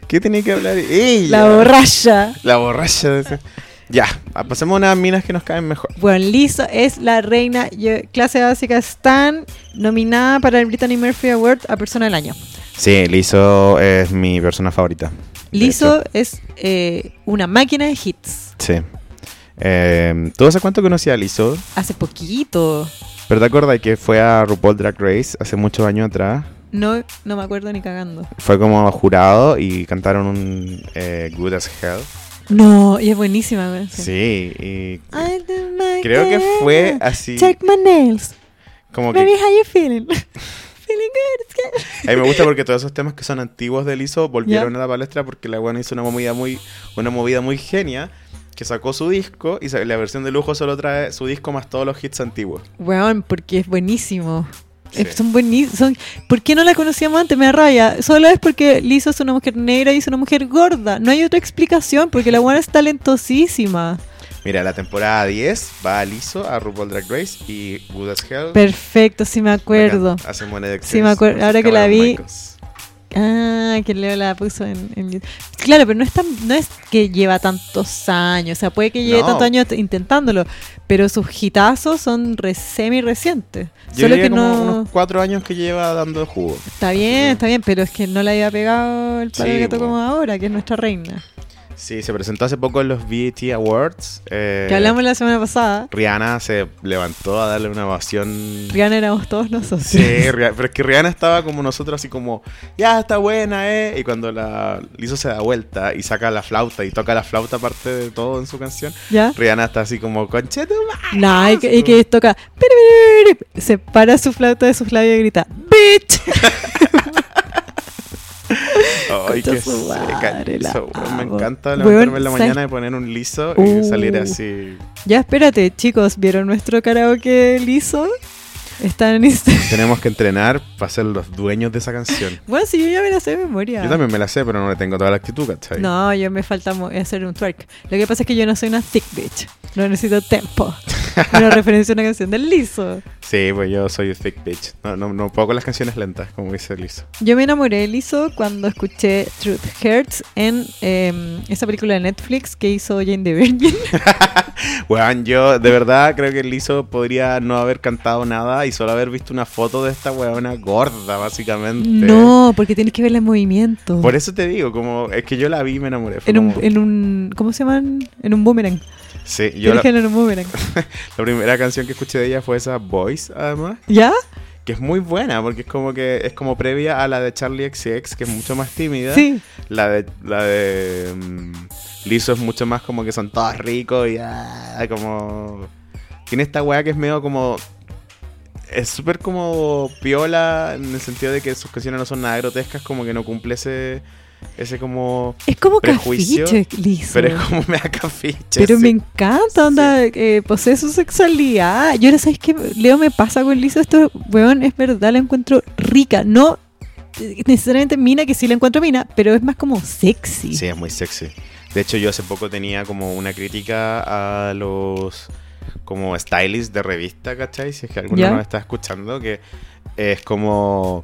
Speaker 1: ¿qué tenía que hablar ella?
Speaker 2: La borracha.
Speaker 1: La borracha. de ese- Ya, ah, pasemos a unas minas que nos caen mejor.
Speaker 2: Bueno, Lizzo es la reina. Yo- clase básica están nominada para el Brittany Murphy Award a persona del año.
Speaker 1: Sí, Lizzo es mi persona favorita. de
Speaker 2: Lizzo
Speaker 1: hecho.
Speaker 2: es eh, una máquina de hits.
Speaker 1: Sí. Eh, ¿Tú hace cuánto conocías a Lizzo?
Speaker 2: Hace poquito.
Speaker 1: ¿Pero te acuerdas que fue a RuPaul Drag Race hace muchos años atrás?
Speaker 2: No, no me acuerdo ni cagando.
Speaker 1: Fue como jurado y cantaron un eh, Good as Hell.
Speaker 2: No, y es buenísima. güey.
Speaker 1: Sí, y
Speaker 2: I do my
Speaker 1: creo que
Speaker 2: hair.
Speaker 1: fue así.
Speaker 2: Check my nails.
Speaker 1: Como
Speaker 2: Baby,
Speaker 1: que
Speaker 2: how
Speaker 1: <laughs>
Speaker 2: you feeling? feeling good. it's good.
Speaker 1: a mí me
Speaker 2: <laughs>
Speaker 1: gusta porque todos esos temas que son antiguos de Lizzo volvieron
Speaker 2: Ya.
Speaker 1: a la palestra porque la buena hizo una movida muy, una movida muy genia que sacó su disco y sa- la versión de lujo solo trae su disco más todos los hits antiguos.
Speaker 2: Weón, porque es buenísimo.
Speaker 1: Sí.
Speaker 2: Eh, Son buenísimos. ¿Por qué no la conocíamos antes? Me da rabia. Solo es porque Lizzo es una mujer negra y es una mujer gorda. No hay otra explicación porque la buena es
Speaker 1: <laughs>
Speaker 2: talentosísima.
Speaker 1: Mira, la temporada 10 va a Lizzo, a RuPaul Drag Race y Good as Hell.
Speaker 2: Perfecto, sí me acuerdo.
Speaker 1: Bacán. Hace buena
Speaker 2: Sí, me acuerdo. Ahora que la vi- Ah, que Leo la puso en, en- Claro, pero no es, tan, no es que lleva tantos años, o sea, puede que lleve
Speaker 1: No.
Speaker 2: tantos años t- intentándolo, pero sus hitazos son re, semi recientes.
Speaker 1: Yo
Speaker 2: Solo que
Speaker 1: como
Speaker 2: no...
Speaker 1: unos cuatro años que lleva dando jugo.
Speaker 2: Está bien, está bien, pero es que no la había pegado el palo
Speaker 1: Sí,
Speaker 2: de gato
Speaker 1: po.
Speaker 2: como ahora, que es nuestra reina.
Speaker 1: Sí, se presentó hace poco en los BET Awards. eh,
Speaker 2: Que hablamos la semana pasada,
Speaker 1: Rihanna se levantó a darle una ovación.
Speaker 2: Rihanna éramos todos nosotros.
Speaker 1: Sí, Rihanna- pero es que Rihanna estaba como nosotros así como, ya está buena, ¿eh? Y cuando la Lizzo se da vuelta y saca la flauta y toca la flauta aparte de todo en su canción,
Speaker 2: ¿Ya?
Speaker 1: Rihanna está así como, conchete,
Speaker 2: Nah, y que, y que toca... "Piripiripirip", Se para su flauta de sus labios y grita, ¡Bitch!
Speaker 1: Ay,
Speaker 2: Concha
Speaker 1: qué
Speaker 2: su
Speaker 1: seca
Speaker 2: madre, la
Speaker 1: Lizzo, weón. Me
Speaker 2: amo.
Speaker 1: encanta
Speaker 2: Weón,
Speaker 1: levantarme en la
Speaker 2: ¿sabes?
Speaker 1: mañana y poner un liso y
Speaker 2: Uh.
Speaker 1: salir así.
Speaker 2: Ya espérate, chicos, ¿vieron nuestro karaoke liso? Están en Instagram. <laughs>
Speaker 1: Tenemos que entrenar para ser los dueños de esa canción.
Speaker 2: Bueno, si yo ya me la sé de memoria.
Speaker 1: Yo también me la sé, pero no le tengo toda la actitud, ¿cachai?
Speaker 2: No, yo me falta mo- hacer un twerk. Lo que pasa es que yo no soy una thick bitch. No necesito
Speaker 1: <laughs>
Speaker 2: tempo. Una referencia a una canción del liso.
Speaker 1: Sí, pues yo soy thick bitch. No, no, no puedo con las canciones lentas, como dice Liso.
Speaker 2: Yo me enamoré de liso cuando escuché Truth Hurts en eh, esa película de Netflix que hizo Jane the Virgin.
Speaker 1: Weón, yo de verdad creo que Liso podría no haber cantado nada y solo haber visto una foto de esta weona gorda, básicamente.
Speaker 2: No, porque tienes que verla en movimiento.
Speaker 1: Por eso te digo, como es que yo la vi y me enamoré. Fue
Speaker 2: en un,
Speaker 1: como-
Speaker 2: en un. ¿Cómo se llaman? En un boomerang.
Speaker 1: sí, yo
Speaker 2: Tienes
Speaker 1: la,
Speaker 2: que verla en
Speaker 1: <laughs>
Speaker 2: un boomerang.
Speaker 1: la primera canción que escuché de ella fue esa Voice, además,
Speaker 2: ¿Ya?
Speaker 1: que es muy buena porque es como que es como previa a la de Charlie XCX, que es mucho más tímida.
Speaker 2: Sí.
Speaker 1: La de, la de mm, Lizzo es mucho más como que son todos ricos y ah, como... Tiene esta weá que es medio como... Es súper como piola en el sentido de que sus canciones no son nada grotescas, como que no cumple ese... Ese como...
Speaker 2: Es como
Speaker 1: Prejuicio,
Speaker 2: cafiche, liso.
Speaker 1: Pero es como <laughs> me da cafiche.
Speaker 2: Pero
Speaker 1: sí.
Speaker 2: me encanta, onda, eh, posee su sexualidad. Yo ahora, ¿sabes qué? Leo me pasa con Lisa, esto, weón, es verdad, la encuentro rica. No eh, necesariamente mina, que sí la encuentro mina, pero es más como sexy.
Speaker 1: Sí, es muy sexy. De hecho, yo hace poco tenía como una crítica a los como stylists de revista, ¿cachai? Si es que alguno
Speaker 2: ¿Ya?
Speaker 1: nos está escuchando, que es como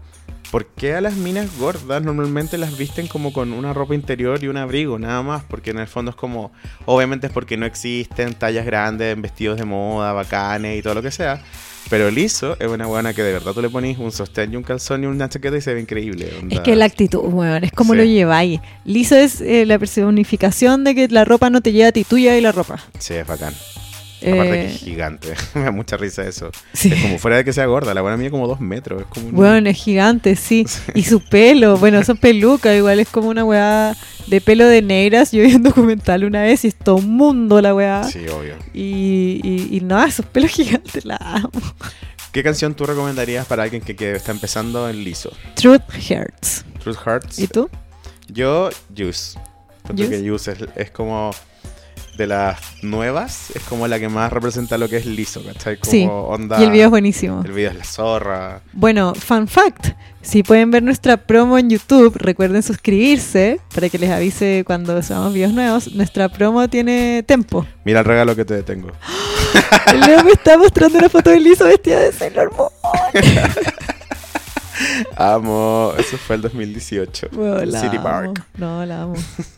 Speaker 1: ¿Por qué a las minas gordas normalmente las visten como con una ropa interior y un abrigo, nada más? Porque en el fondo es como, obviamente es porque no existen tallas grandes en vestidos de moda, bacanes y todo lo que sea. Pero liso es una buena que de verdad tú le pones un sostén y un calzón y una chaqueta y se ve increíble. onda.
Speaker 2: Es que la actitud, weón, es como
Speaker 1: Sí.
Speaker 2: lo lleváis. Liso es eh, la personificación de que la ropa no te lleva a ti, tú llevas la ropa.
Speaker 1: Sí, es bacán. Aparte que
Speaker 2: Eh,
Speaker 1: es gigante. <laughs> Me da mucha risa eso.
Speaker 2: sí. <laughs>
Speaker 1: Es como fuera de que sea gorda, la buena mía como dos metros. Es como un-
Speaker 2: Bueno, es gigante, sí. Y su pelo, bueno, son pelucas, igual es como una weá de pelo de negras. Yo vi un documental una vez y es todo un mundo la weá.
Speaker 1: Sí, obvio.
Speaker 2: Y, y, y no, esos pelos <laughs> gigantes la amo.
Speaker 1: ¿Qué canción tú recomendarías para alguien que, que está empezando en liso?
Speaker 2: Truth Hurts.
Speaker 1: Truth Hearts.
Speaker 2: ¿Y tú?
Speaker 1: Yo, Juice. Creo
Speaker 2: Juice.
Speaker 1: que Juice es, es como de las nuevas, es como la que más representa lo que es liso, ¿cachai? Como
Speaker 2: Sí.
Speaker 1: onda.
Speaker 2: Y el video es buenísimo.
Speaker 1: el video es la zorra.
Speaker 2: Bueno, fun fact. Si pueden ver nuestra promo en YouTube, recuerden suscribirse para que les avise cuando subamos videos nuevos. Nuestra promo tiene
Speaker 1: <laughs>
Speaker 2: tempo.
Speaker 1: Mira el regalo que te tengo.
Speaker 2: El Leo me está mostrando una foto de Liso vestida de Sailor Moon.
Speaker 1: Amo. Eso fue el 2018.
Speaker 2: Weón, la
Speaker 1: City
Speaker 2: amo.
Speaker 1: Park.
Speaker 2: No, la amo.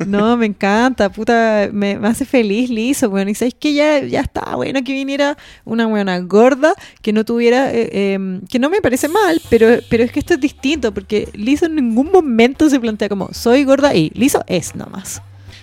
Speaker 2: No, me encanta, puta, me, me hace feliz Liso, weón. Y sabes que ya, ya está bueno que viniera una weona gorda, que no tuviera, eh, eh, que no me parece mal, pero, pero es que esto es distinto, porque Liso en ningún momento se plantea como, soy gorda y Liso es nomás.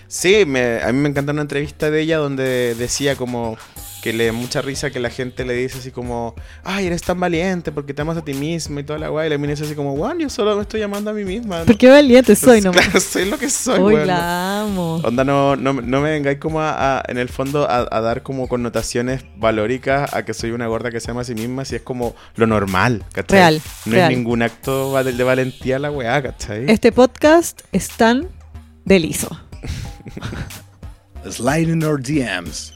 Speaker 1: Sí, me- a mí me encanta una entrevista de ella donde decía como que le da mucha risa que la gente le dice así como, ay, eres tan valiente porque te amas a ti misma y toda la guay. Y la mina dice así como, wow, yo solo me estoy llamando a mí misma. ¿no?".
Speaker 2: Porque valiente soy
Speaker 1: Claro,
Speaker 2: nomás.
Speaker 1: soy lo que soy,
Speaker 2: Hoy
Speaker 1: weón.
Speaker 2: la amo.
Speaker 1: Onda, no, no, no me vengáis como a, a- en el fondo, a, a dar como connotaciones valóricas a que soy una gorda que se ama a sí misma, si es como lo normal, ¿cachai?
Speaker 2: Real,
Speaker 1: No
Speaker 2: real.
Speaker 1: es ningún acto val- de valentía la weá, ¿cachai?
Speaker 2: Este podcast es tan de Liso.
Speaker 3: Sliding our DMs.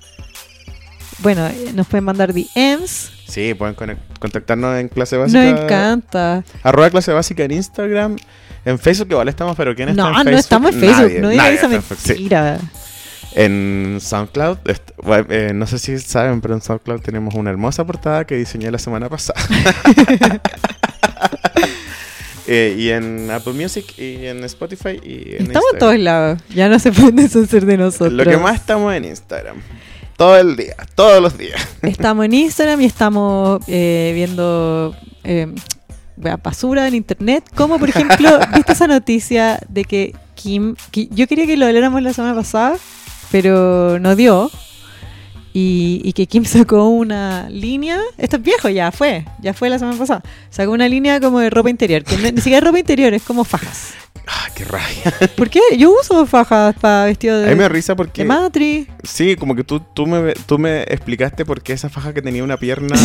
Speaker 2: Bueno, eh, nos pueden mandar DMs.
Speaker 1: Sí, pueden conec- contactarnos en clase básica.
Speaker 2: Nos encanta.
Speaker 1: Arroba clase básica en Instagram. En Facebook igual estamos, pero ¿quién está
Speaker 2: No, ah,
Speaker 1: en Facebook?
Speaker 2: no estamos en Facebook.
Speaker 1: Nadie,
Speaker 2: no digas
Speaker 1: nadie
Speaker 2: esa
Speaker 1: está en Facebook. Sí.
Speaker 2: mentira.
Speaker 1: En SoundCloud, est- bueno, eh, no sé si saben, pero en SoundCloud tenemos una hermosa portada que diseñé la semana
Speaker 2: <laughs>
Speaker 1: pasada. Eh, y en Apple Music y en Spotify y en
Speaker 2: Estamos en
Speaker 1: Instagram.
Speaker 2: todos lados. Ya no se <laughs> pueden deshacer de nosotros.
Speaker 1: Lo que más estamos en Instagram. Todo el día, todos los días.
Speaker 2: Estamos en Instagram y estamos eh, viendo eh, wea, basura en internet. Como
Speaker 1: <laughs>
Speaker 2: por ejemplo, ¿viste esa noticia de que Kim. Ki- yo quería que lo habláramos la semana pasada, pero no dio. Y, y que Kim sacó una línea. Esto es viejo, ya fue. Ya fue la semana pasada. Sacó una línea como de ropa interior. Que no- ni siquiera es ropa interior, es como fajas.
Speaker 1: Ah, qué rabia.
Speaker 2: ¿Por qué? Yo uso fajas para vestido
Speaker 1: A mí me da
Speaker 2: de,
Speaker 1: risa porque...
Speaker 2: de matri.
Speaker 1: Sí, como que tú, tú, me, tú me explicaste por qué esa faja que tenía una
Speaker 2: <laughs>
Speaker 1: pierna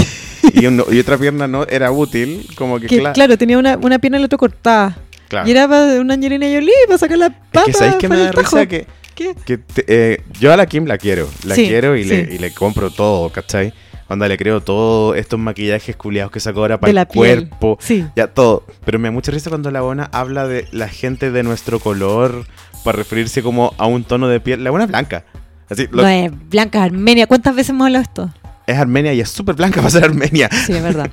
Speaker 1: y, un- y otra pierna no era útil. Como que,
Speaker 2: Que,
Speaker 1: cla-
Speaker 2: claro, tenía una, una pierna y la otra cortada.
Speaker 1: claro.
Speaker 2: Y era para una Angelina Jolie, para sacar la
Speaker 1: Es
Speaker 2: papa
Speaker 1: que sabéis que me da
Speaker 2: fuera del tajo.
Speaker 1: risa que,
Speaker 2: ¿Qué?
Speaker 1: que te- eh, yo a la Kim la quiero. La
Speaker 2: Sí,
Speaker 1: quiero y, le,
Speaker 2: sí.
Speaker 1: y le compro todo, ¿cachai? Onda, le creo todo, estos maquillajes culiados que sacó ahora para
Speaker 2: De la
Speaker 1: el
Speaker 2: piel.
Speaker 1: cuerpo.
Speaker 2: Sí.
Speaker 1: Ya todo. Pero me da mucha risa cuando la buena habla de la gente de nuestro color para referirse como a un tono de piel. La buena es blanca. Así, lo-
Speaker 2: No es Blanca Armenia. ¿Cuántas veces hemos hablado esto?
Speaker 1: es armenia y es súper blanca para ser armenia.
Speaker 2: Sí,
Speaker 1: <laughs>
Speaker 2: es verdad.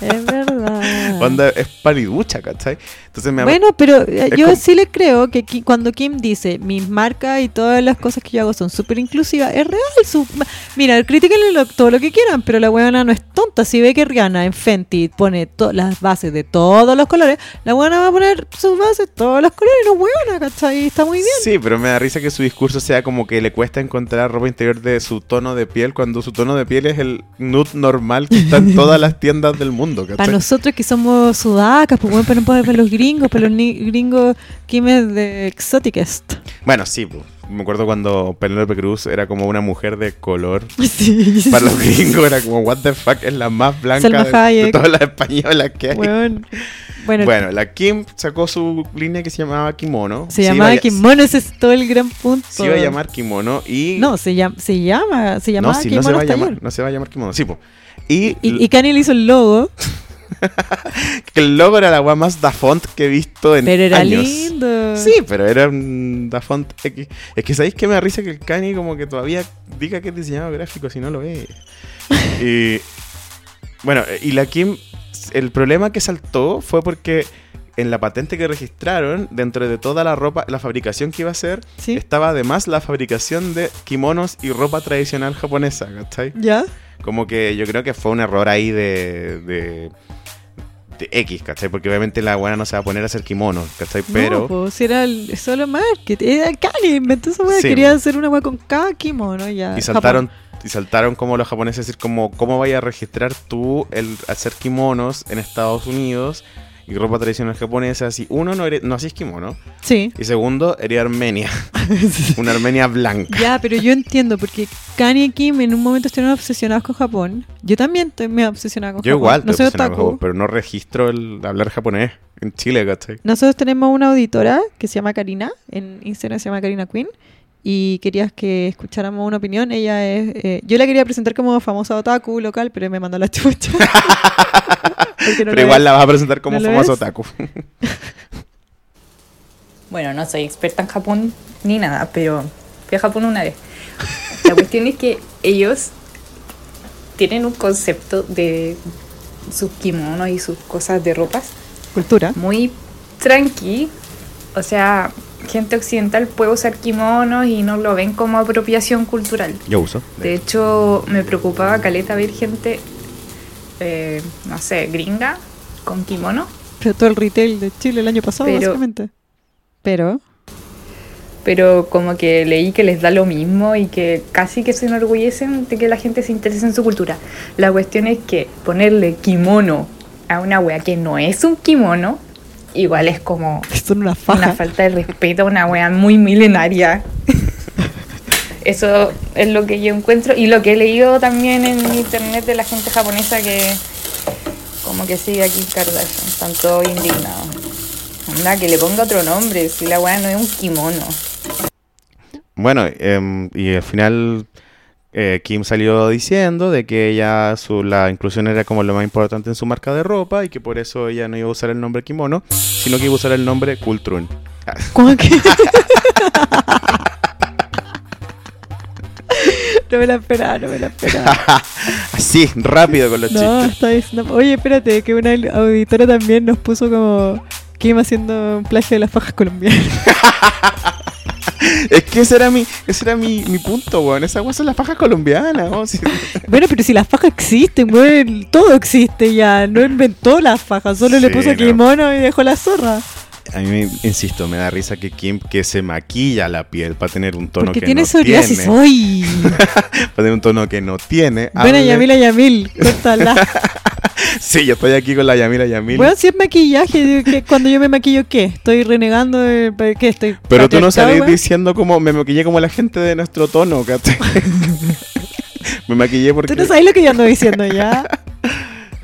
Speaker 2: es verdad.
Speaker 1: Onda, es paliducha, ¿cachai? Entonces me da-
Speaker 2: Ah. Bueno, pero eh,
Speaker 1: Es
Speaker 2: yo
Speaker 1: como-
Speaker 2: sí le creo que Ki- cuando Kim dice mis marcas y todas las cosas que yo hago son súper inclusivas, es real. Su... Mira, critíquenle lo- todo lo que quieran, pero la huevona no es tonta. Si ve que Rihanna en Fenty pone to- las bases de todos los colores, la huevona va a poner sus bases de todos los colores, no huevona, ¿cachai? Está muy bien.
Speaker 1: Sí, pero me da risa que su discurso sea como que le cuesta encontrar ropa interior de su tono de piel cuando su tono de piel es el nude normal que está
Speaker 2: <laughs>
Speaker 1: en todas las tiendas del mundo. ¿cachai?
Speaker 2: Para nosotros que somos sudacas, pues bueno, pero no puedes ver los gringos, pero los ni- gringos Kim es de Exoticest.
Speaker 1: Bueno, sí, po. me acuerdo cuando Penélope Cruz era como una mujer de color.
Speaker 2: <laughs> Sí.
Speaker 1: Para los <laughs> gringos era como, what the fuck, es la más
Speaker 2: Salma
Speaker 1: blanca de- de,
Speaker 2: Hayek.
Speaker 1: todas las españolas que hay.
Speaker 2: Huevón. Bueno,
Speaker 1: Bueno, la Kim sacó su línea que se llamaba Kimono.
Speaker 2: Se
Speaker 1: iba
Speaker 2: llamaba
Speaker 1: a-
Speaker 2: Kimono, ese es todo el gran punto.
Speaker 1: Se iba a llamar Kimono y...
Speaker 2: No, se llama, se llama, se
Speaker 1: no,
Speaker 2: llamaba
Speaker 1: sí, no
Speaker 2: Kimono
Speaker 1: se va a
Speaker 2: hasta
Speaker 1: llamar,
Speaker 2: ayer.
Speaker 1: no se va a llamar Kimono, sí, po. Y,
Speaker 2: Y, y Kanye le hizo el logo,
Speaker 1: Que el logo era la weá más Dafont que he visto en
Speaker 2: pero era
Speaker 1: años.
Speaker 2: lindo.
Speaker 1: Sí, pero era un Dafont X. Es que sabéis que me da risa que el Kanye como que todavía diga que es diseñador gráfico si no lo es. Y bueno, y la Kim el problema que saltó fue porque en la patente que registraron, dentro de toda la ropa, la fabricación que iba a hacer,
Speaker 2: Sí.
Speaker 1: estaba además la fabricación de kimonos y ropa tradicional japonesa, ¿cachai?
Speaker 2: ¿Ya?
Speaker 1: Como que yo creo que fue un error ahí de. de, de X, ¿cachai? Porque obviamente la buena no se va a poner a hacer kimonos, ¿cachai? Pero.
Speaker 2: No, pues, si era el- solo marketing. Era Cali, inventó esa weá.
Speaker 1: Sí,
Speaker 2: Quería
Speaker 1: po.
Speaker 2: hacer una weá con cada kimono ya.
Speaker 1: Y saltaron, y saltaron como los japoneses, decir, como, ¿cómo vaya a registrar tú el hacer kimonos en Estados Unidos y ropa tradicional japonesa? Si uno no, eres, no haces kimono,
Speaker 2: Japón. Sí.
Speaker 1: y segundo, eres
Speaker 2: <laughs>
Speaker 1: Armenia, una Armenia blanca.
Speaker 2: Ya, pero yo entiendo, porque Kanye y Kim en un momento estuvieron obsesionados con Japón. Yo también estoy me obsesionada con
Speaker 1: Yo
Speaker 2: Japón.
Speaker 1: igual, te
Speaker 2: no soy
Speaker 1: obsesiono con
Speaker 2: otaku.
Speaker 1: Japón, pero no registro el hablar japonés en Chile, ¿cachai?
Speaker 2: Nosotros tenemos una auditora que se llama Karina, en Instagram se llama Karina Queen, y querías que escucháramos una opinión. Ella es. eh, yo la quería presentar como famosa otaku local, pero me mandó
Speaker 1: <laughs>
Speaker 2: la chucha. Porque no
Speaker 1: pero
Speaker 2: lo
Speaker 1: igual
Speaker 2: es.
Speaker 1: la vas a presentar como
Speaker 2: ¿No lo
Speaker 1: famoso
Speaker 2: ves?
Speaker 1: otaku.
Speaker 4: Bueno, no soy experta en Japón ni nada, pero fui a Japón una vez. La cuestión es que ellos tienen un concepto de sus kimonos y sus cosas de ropas
Speaker 2: Cultura.
Speaker 1: Mm.
Speaker 4: muy tranqui. O sea, gente occidental puede usar kimonos y no lo ven como apropiación cultural.
Speaker 1: Yo uso.
Speaker 4: De hecho, me preocupaba caleta ver gente, eh, no sé, gringa con kimono.
Speaker 2: Pero todo el retail de Chile el año pasado,
Speaker 4: Pero-
Speaker 2: básicamente. Pero.
Speaker 4: pero como que leí que les da lo mismo y que casi que se enorgullecen de que la gente se interese en su cultura. La cuestión es que ponerle kimono a una wea que no es un kimono, igual es como
Speaker 2: Son una <laughs>
Speaker 4: una
Speaker 2: faja.
Speaker 4: falta de respeto a una wea muy milenaria. Eso es lo que yo encuentro y lo que he leído también en internet de la gente japonesa que como que sigue aquí Kardashian, están todos indignados. Anda, que le ponga otro nombre, si la wea no es un kimono.
Speaker 1: Bueno, em, y al final eh, Kim salió diciendo de que ella su, la inclusión era como lo más importante en su marca de ropa y que por eso ella no iba a usar el nombre kimono, sino que iba a usar el nombre Kultrun.
Speaker 2: ¿Cómo
Speaker 4: <laughs>
Speaker 2: que? <laughs> no me la esperaba, no me la
Speaker 1: <laughs>
Speaker 2: esperaba.
Speaker 1: Así, rápido con los
Speaker 2: No,
Speaker 1: chistes.
Speaker 2: está diciendo. Oye, espérate, que una auditora también nos puso como. Kim haciendo un plagio de las fajas
Speaker 1: <laughs>
Speaker 2: colombianas.
Speaker 1: Es que ese era mi, ese era mi, mi punto, weón. Esa weón son las pajas colombianas. weón. Sí.
Speaker 2: bueno, pero si las fajas existen, weón, todo existe ya. No inventó las fajas, solo le
Speaker 1: Sí,
Speaker 2: puso
Speaker 1: no.
Speaker 2: kimono y dejó la zorra.
Speaker 1: A mí, me- insisto, me da risa que Kim que se maquilla la piel para tener un tono
Speaker 2: Porque
Speaker 1: que
Speaker 2: tiene
Speaker 1: no
Speaker 2: psoriasis
Speaker 1: tiene, <laughs>
Speaker 2: hoy.
Speaker 1: para tener un tono que no tiene.
Speaker 2: Buena
Speaker 1: hable-
Speaker 2: Yamila
Speaker 1: <laughs>
Speaker 2: Yamil, córtala.
Speaker 1: Sí, yo estoy aquí con la Yamila Yamil.
Speaker 2: Bueno, si es maquillaje, digo, ¿qué- cuando yo me maquillo, ¿qué? Estoy renegando de pa- qué estoy.
Speaker 1: Pero tú no
Speaker 2: patriarcado,
Speaker 1: salís
Speaker 2: weón?
Speaker 1: diciendo como me maquillé como la gente de nuestro tono,
Speaker 2: <laughs>
Speaker 1: ¿cachai? me maquillé porque
Speaker 2: Tú no sabes lo que yo ando diciendo ya.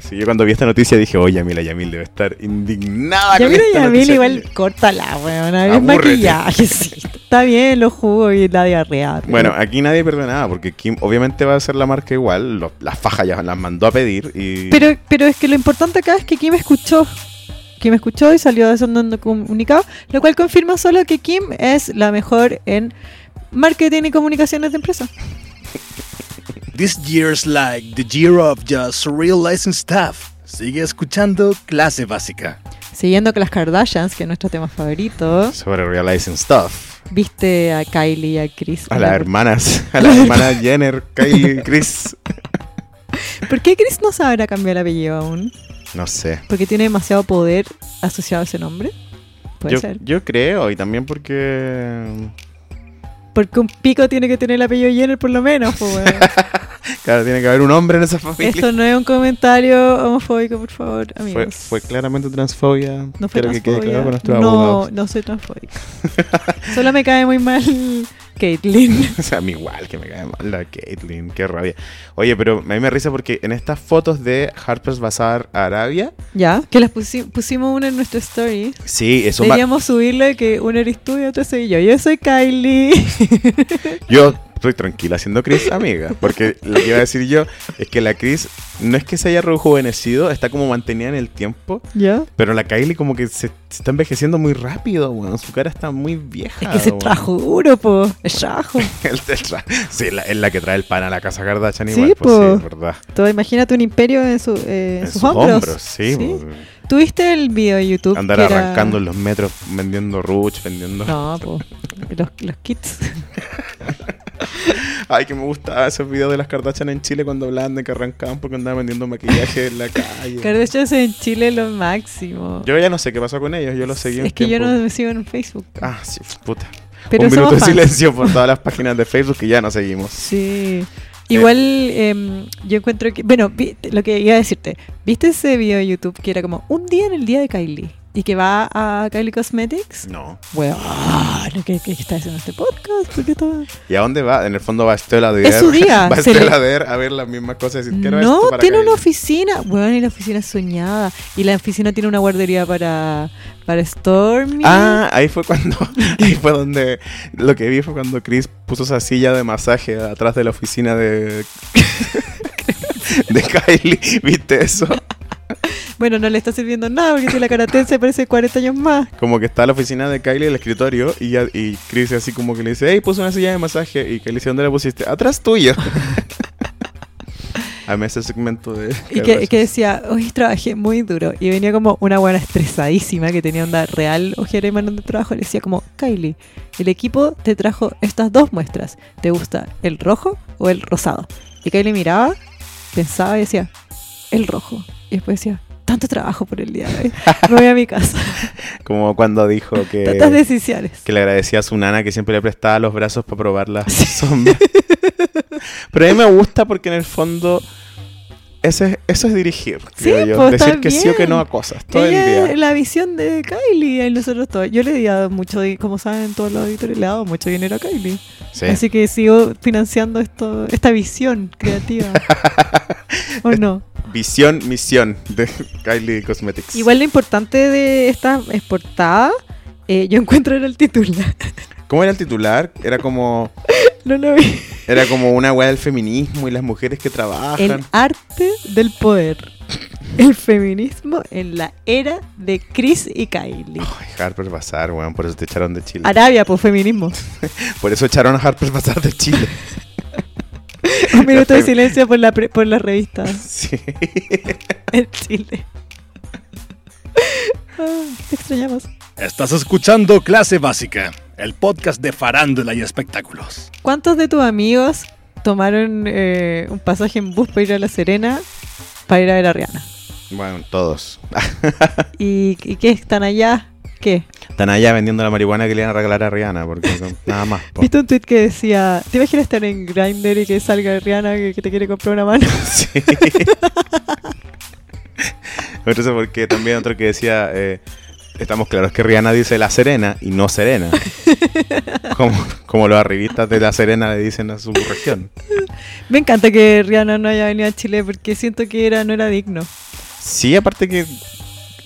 Speaker 1: Sí, yo cuando vi esta noticia dije, oye, Yamila Yamil debe estar indignada
Speaker 2: Ya
Speaker 1: con
Speaker 2: mira,
Speaker 1: esta
Speaker 2: ya
Speaker 1: noticia".
Speaker 2: igual córtala, weón. Es
Speaker 1: Abúrrete.
Speaker 2: maquillaje, sí. Está bien los jugos y la diarrea. pero-
Speaker 1: Bueno, aquí nadie pierde nada porque Kim obviamente va a hacer la marca igual, lo- las fajas ya las mandó a pedir y
Speaker 2: Pero, pero es que lo importante acá es que Kim escuchó. Kim escuchó y salió desandando comunicado, lo cual confirma solo que Kim es la mejor en marketing y comunicaciones de empresa.
Speaker 3: This year's like the year of just realizing stuff. Sigue escuchando clase básica.
Speaker 2: Siguiendo con las Kardashians, que es nuestro tema favorito,
Speaker 1: sobre realizing stuff.
Speaker 2: viste a Kylie y a Chris.
Speaker 1: A las hermanas, a
Speaker 2: <laughs>
Speaker 1: las hermanas Jenner, Kylie, Chris.
Speaker 2: ¿Por qué Chris no sabrá cambiar el apellido aún?
Speaker 1: No sé.
Speaker 2: Porque tiene demasiado poder asociado a ese nombre. Puede
Speaker 1: Yo,
Speaker 2: ser.
Speaker 1: yo creo, y también porque
Speaker 2: Porque un pico tiene que tener el apellido Jenner por lo menos.
Speaker 1: <laughs>
Speaker 2: po, weón.
Speaker 1: claro, tiene que haber un hombre en esa familia.
Speaker 2: Esto no es un comentario homofóbico, por favor,
Speaker 1: Fue,
Speaker 2: amigos.
Speaker 1: fue claramente transfobia.
Speaker 2: no fue
Speaker 1: Quiero que quede
Speaker 2: transfobia.
Speaker 1: claro con nuestros
Speaker 2: no, <laughs>
Speaker 1: abogados.
Speaker 2: no soy transfóbica.
Speaker 1: <laughs>
Speaker 2: Solo me cae muy mal Caitlyn.
Speaker 1: O sea, a mí igual que me cae mal la Caitlyn, qué rabia. Oye, pero a mí me risa porque en estas fotos de Harper's Bazaar Arabia,
Speaker 2: ¿Ya? Que las pusi- pusimos una en nuestra story.
Speaker 1: sí, es un ba-
Speaker 2: Deberíamos subirle que uno eres tú y otro soy yo. Yo soy Kylie.
Speaker 1: Yo estoy tranquila siendo Chris amiga. Porque lo que iba a decir yo es que la Chris no es que se haya rejuvenecido, está como mantenida en el tiempo.
Speaker 2: <laughs> ¿Ya?
Speaker 1: Pero la Kylie como que se, se está envejeciendo muy rápido, weón. Su cara está muy vieja.
Speaker 2: Es que se
Speaker 1: weón.
Speaker 2: trajo duro, po. Es trajo.
Speaker 1: <laughs> El del tra- sí, la- es la que trae el pan a la casa Kardashian
Speaker 2: Sí,
Speaker 1: igual. pues,
Speaker 2: po.
Speaker 1: sí, verdad.
Speaker 2: Todo, imagínate un imperio en, su- eh, en
Speaker 1: En
Speaker 2: sus, hombros.
Speaker 1: sí.
Speaker 2: Sí.
Speaker 1: po.
Speaker 2: ¿Tuviste el video de YouTube?
Speaker 1: Andar
Speaker 2: que era-
Speaker 1: arrancando en los metros, vendiendo ruch, vendiendo...
Speaker 2: No, po. Los, los
Speaker 1: <laughs>
Speaker 2: kits.
Speaker 1: Ay, que me gustaban esos videos de las Kardashian en Chile cuando hablaban de que arrancaban porque andaban vendiendo maquillaje en la
Speaker 2: <laughs>
Speaker 1: calle.
Speaker 2: Kardashian en Chile lo máximo.
Speaker 1: Yo ya no sé qué pasó con ellos, yo los seguí un
Speaker 2: es que yo
Speaker 1: tiempo.
Speaker 2: no me sigo en Facebook.
Speaker 1: Ah, sí, puta.
Speaker 2: Pero
Speaker 1: un minuto de
Speaker 2: somos fans.
Speaker 1: silencio Eh, por todas las páginas de Facebook que ya no seguimos.
Speaker 2: Sí. Igual em, yo encuentro que. Bueno, vi- lo que iba a decirte. ¿Viste ese video de YouTube que era como un día en el día de Kylie? Y que va a Kylie Cosmetics.
Speaker 1: No.
Speaker 2: Bueno, ¿qué, qué está haciendo este podcast? ¿Por qué está-
Speaker 1: ¿Y a dónde va? En el fondo va a Estela de
Speaker 2: Es su
Speaker 1: <laughs>
Speaker 2: día,
Speaker 1: Va a
Speaker 2: se le-
Speaker 1: Estela Deer a ver las mismas cosas y decir, quiero
Speaker 2: No,
Speaker 1: esto para
Speaker 2: tiene
Speaker 1: Kylie.
Speaker 2: una oficina. Bueno, y la oficina es soñada. Y la oficina tiene una guardería para, para Stormy.
Speaker 1: Ah, ahí fue cuando, <laughs> ahí fue donde, lo que vi fue cuando Chris puso esa silla de masaje atrás de la oficina de, <laughs> de Kylie, ¿viste eso?
Speaker 2: Bueno, no le está sirviendo nada porque si la karatense parece 40 años más.
Speaker 1: Como que está la oficina de Kylie, el escritorio, y, ya- y Chris así como que le dice, hey, puse una silla de masaje, y Kylie dice, ¿dónde la pusiste? Atrás tuyo. A mí ese segmento de...
Speaker 2: Y que, que decía, hoy trabajé muy duro. Y venía como una buena estresadísima que tenía onda real ojera y mano de trabajo. Le decía como, Kylie, el equipo te trajo estas dos muestras. ¿Te gusta el rojo o el rosado? Y Kylie miraba, pensaba y decía, el rojo. Y después decía, tanto trabajo por el día de hoy. Me voy a mi casa.
Speaker 1: Como cuando dijo
Speaker 2: Tantas
Speaker 1: que,
Speaker 2: decisiones.
Speaker 1: que le agradecía a su nana que siempre le prestaba los brazos para probar las
Speaker 2: <laughs>
Speaker 1: sombras. Pero a mí me gusta porque en el fondo ese, es- eso es dirigir.
Speaker 2: Sí,
Speaker 1: creo yo.
Speaker 2: pues, está
Speaker 1: Decir que sí o que
Speaker 2: bien.
Speaker 1: no a cosas todo el
Speaker 2: Ella
Speaker 1: día.
Speaker 2: es la visión de Kylie y nosotros todos. Yo le he dado mucho, di- como saben todos los auditores, le he dado mucho dinero a Kylie.
Speaker 1: Sí.
Speaker 2: Así que sigo financiando esto, esta visión
Speaker 1: <laughs>
Speaker 2: creativa. ¿O no?
Speaker 1: Visión, misión de <laughs> Kylie Cosmetics.
Speaker 2: Igual lo importante de esta es portada, eh, yo encuentro en el titular.
Speaker 1: ¿Cómo era el titular? Era como
Speaker 2: <laughs> No lo vi.
Speaker 1: era como una weá del feminismo y las mujeres que trabajan.
Speaker 2: El arte del poder. El feminismo en la era de Chris y Kylie.
Speaker 1: Ay, Harper Bazaar, weón, por eso te echaron de Chile.
Speaker 2: Arabia,
Speaker 1: <laughs>
Speaker 2: por feminismo.
Speaker 1: Por eso echaron a Harper Bazaar de Chile. <laughs>
Speaker 2: Un minuto de silencio por la, pre- por la revista
Speaker 1: Sí.
Speaker 2: <laughs> en Chile. Ah, te extrañamos.
Speaker 3: Estás escuchando Clase Básica, el podcast de farándula y espectáculos.
Speaker 2: ¿Cuántos de tus amigos tomaron eh, un pasaje en bus para ir a La Serena para ir a ver a Rihanna?
Speaker 1: Bueno, todos.
Speaker 2: ¿Y, y qué están allá? ¿Qué?
Speaker 1: Están allá vendiendo la marihuana que le iban a regalar a Rihanna, porque
Speaker 2: <laughs>
Speaker 1: no- nada más. po.
Speaker 2: ¿Viste un tweet que decía, ¿te imaginas estar en Grindr y que salga Rihanna que, que te quiere comprar una mano? <laughs>
Speaker 1: Sí. <laughs> Pero eso porque también otro que decía, eh, estamos claros que Rihanna dice La Serena y no
Speaker 2: <laughs>
Speaker 1: Serena. Como, como los arribistas de La Serena le dicen a su región.
Speaker 2: Me encanta que Rihanna no haya venido a Chile porque siento que era, no era digno.
Speaker 1: Sí, aparte que,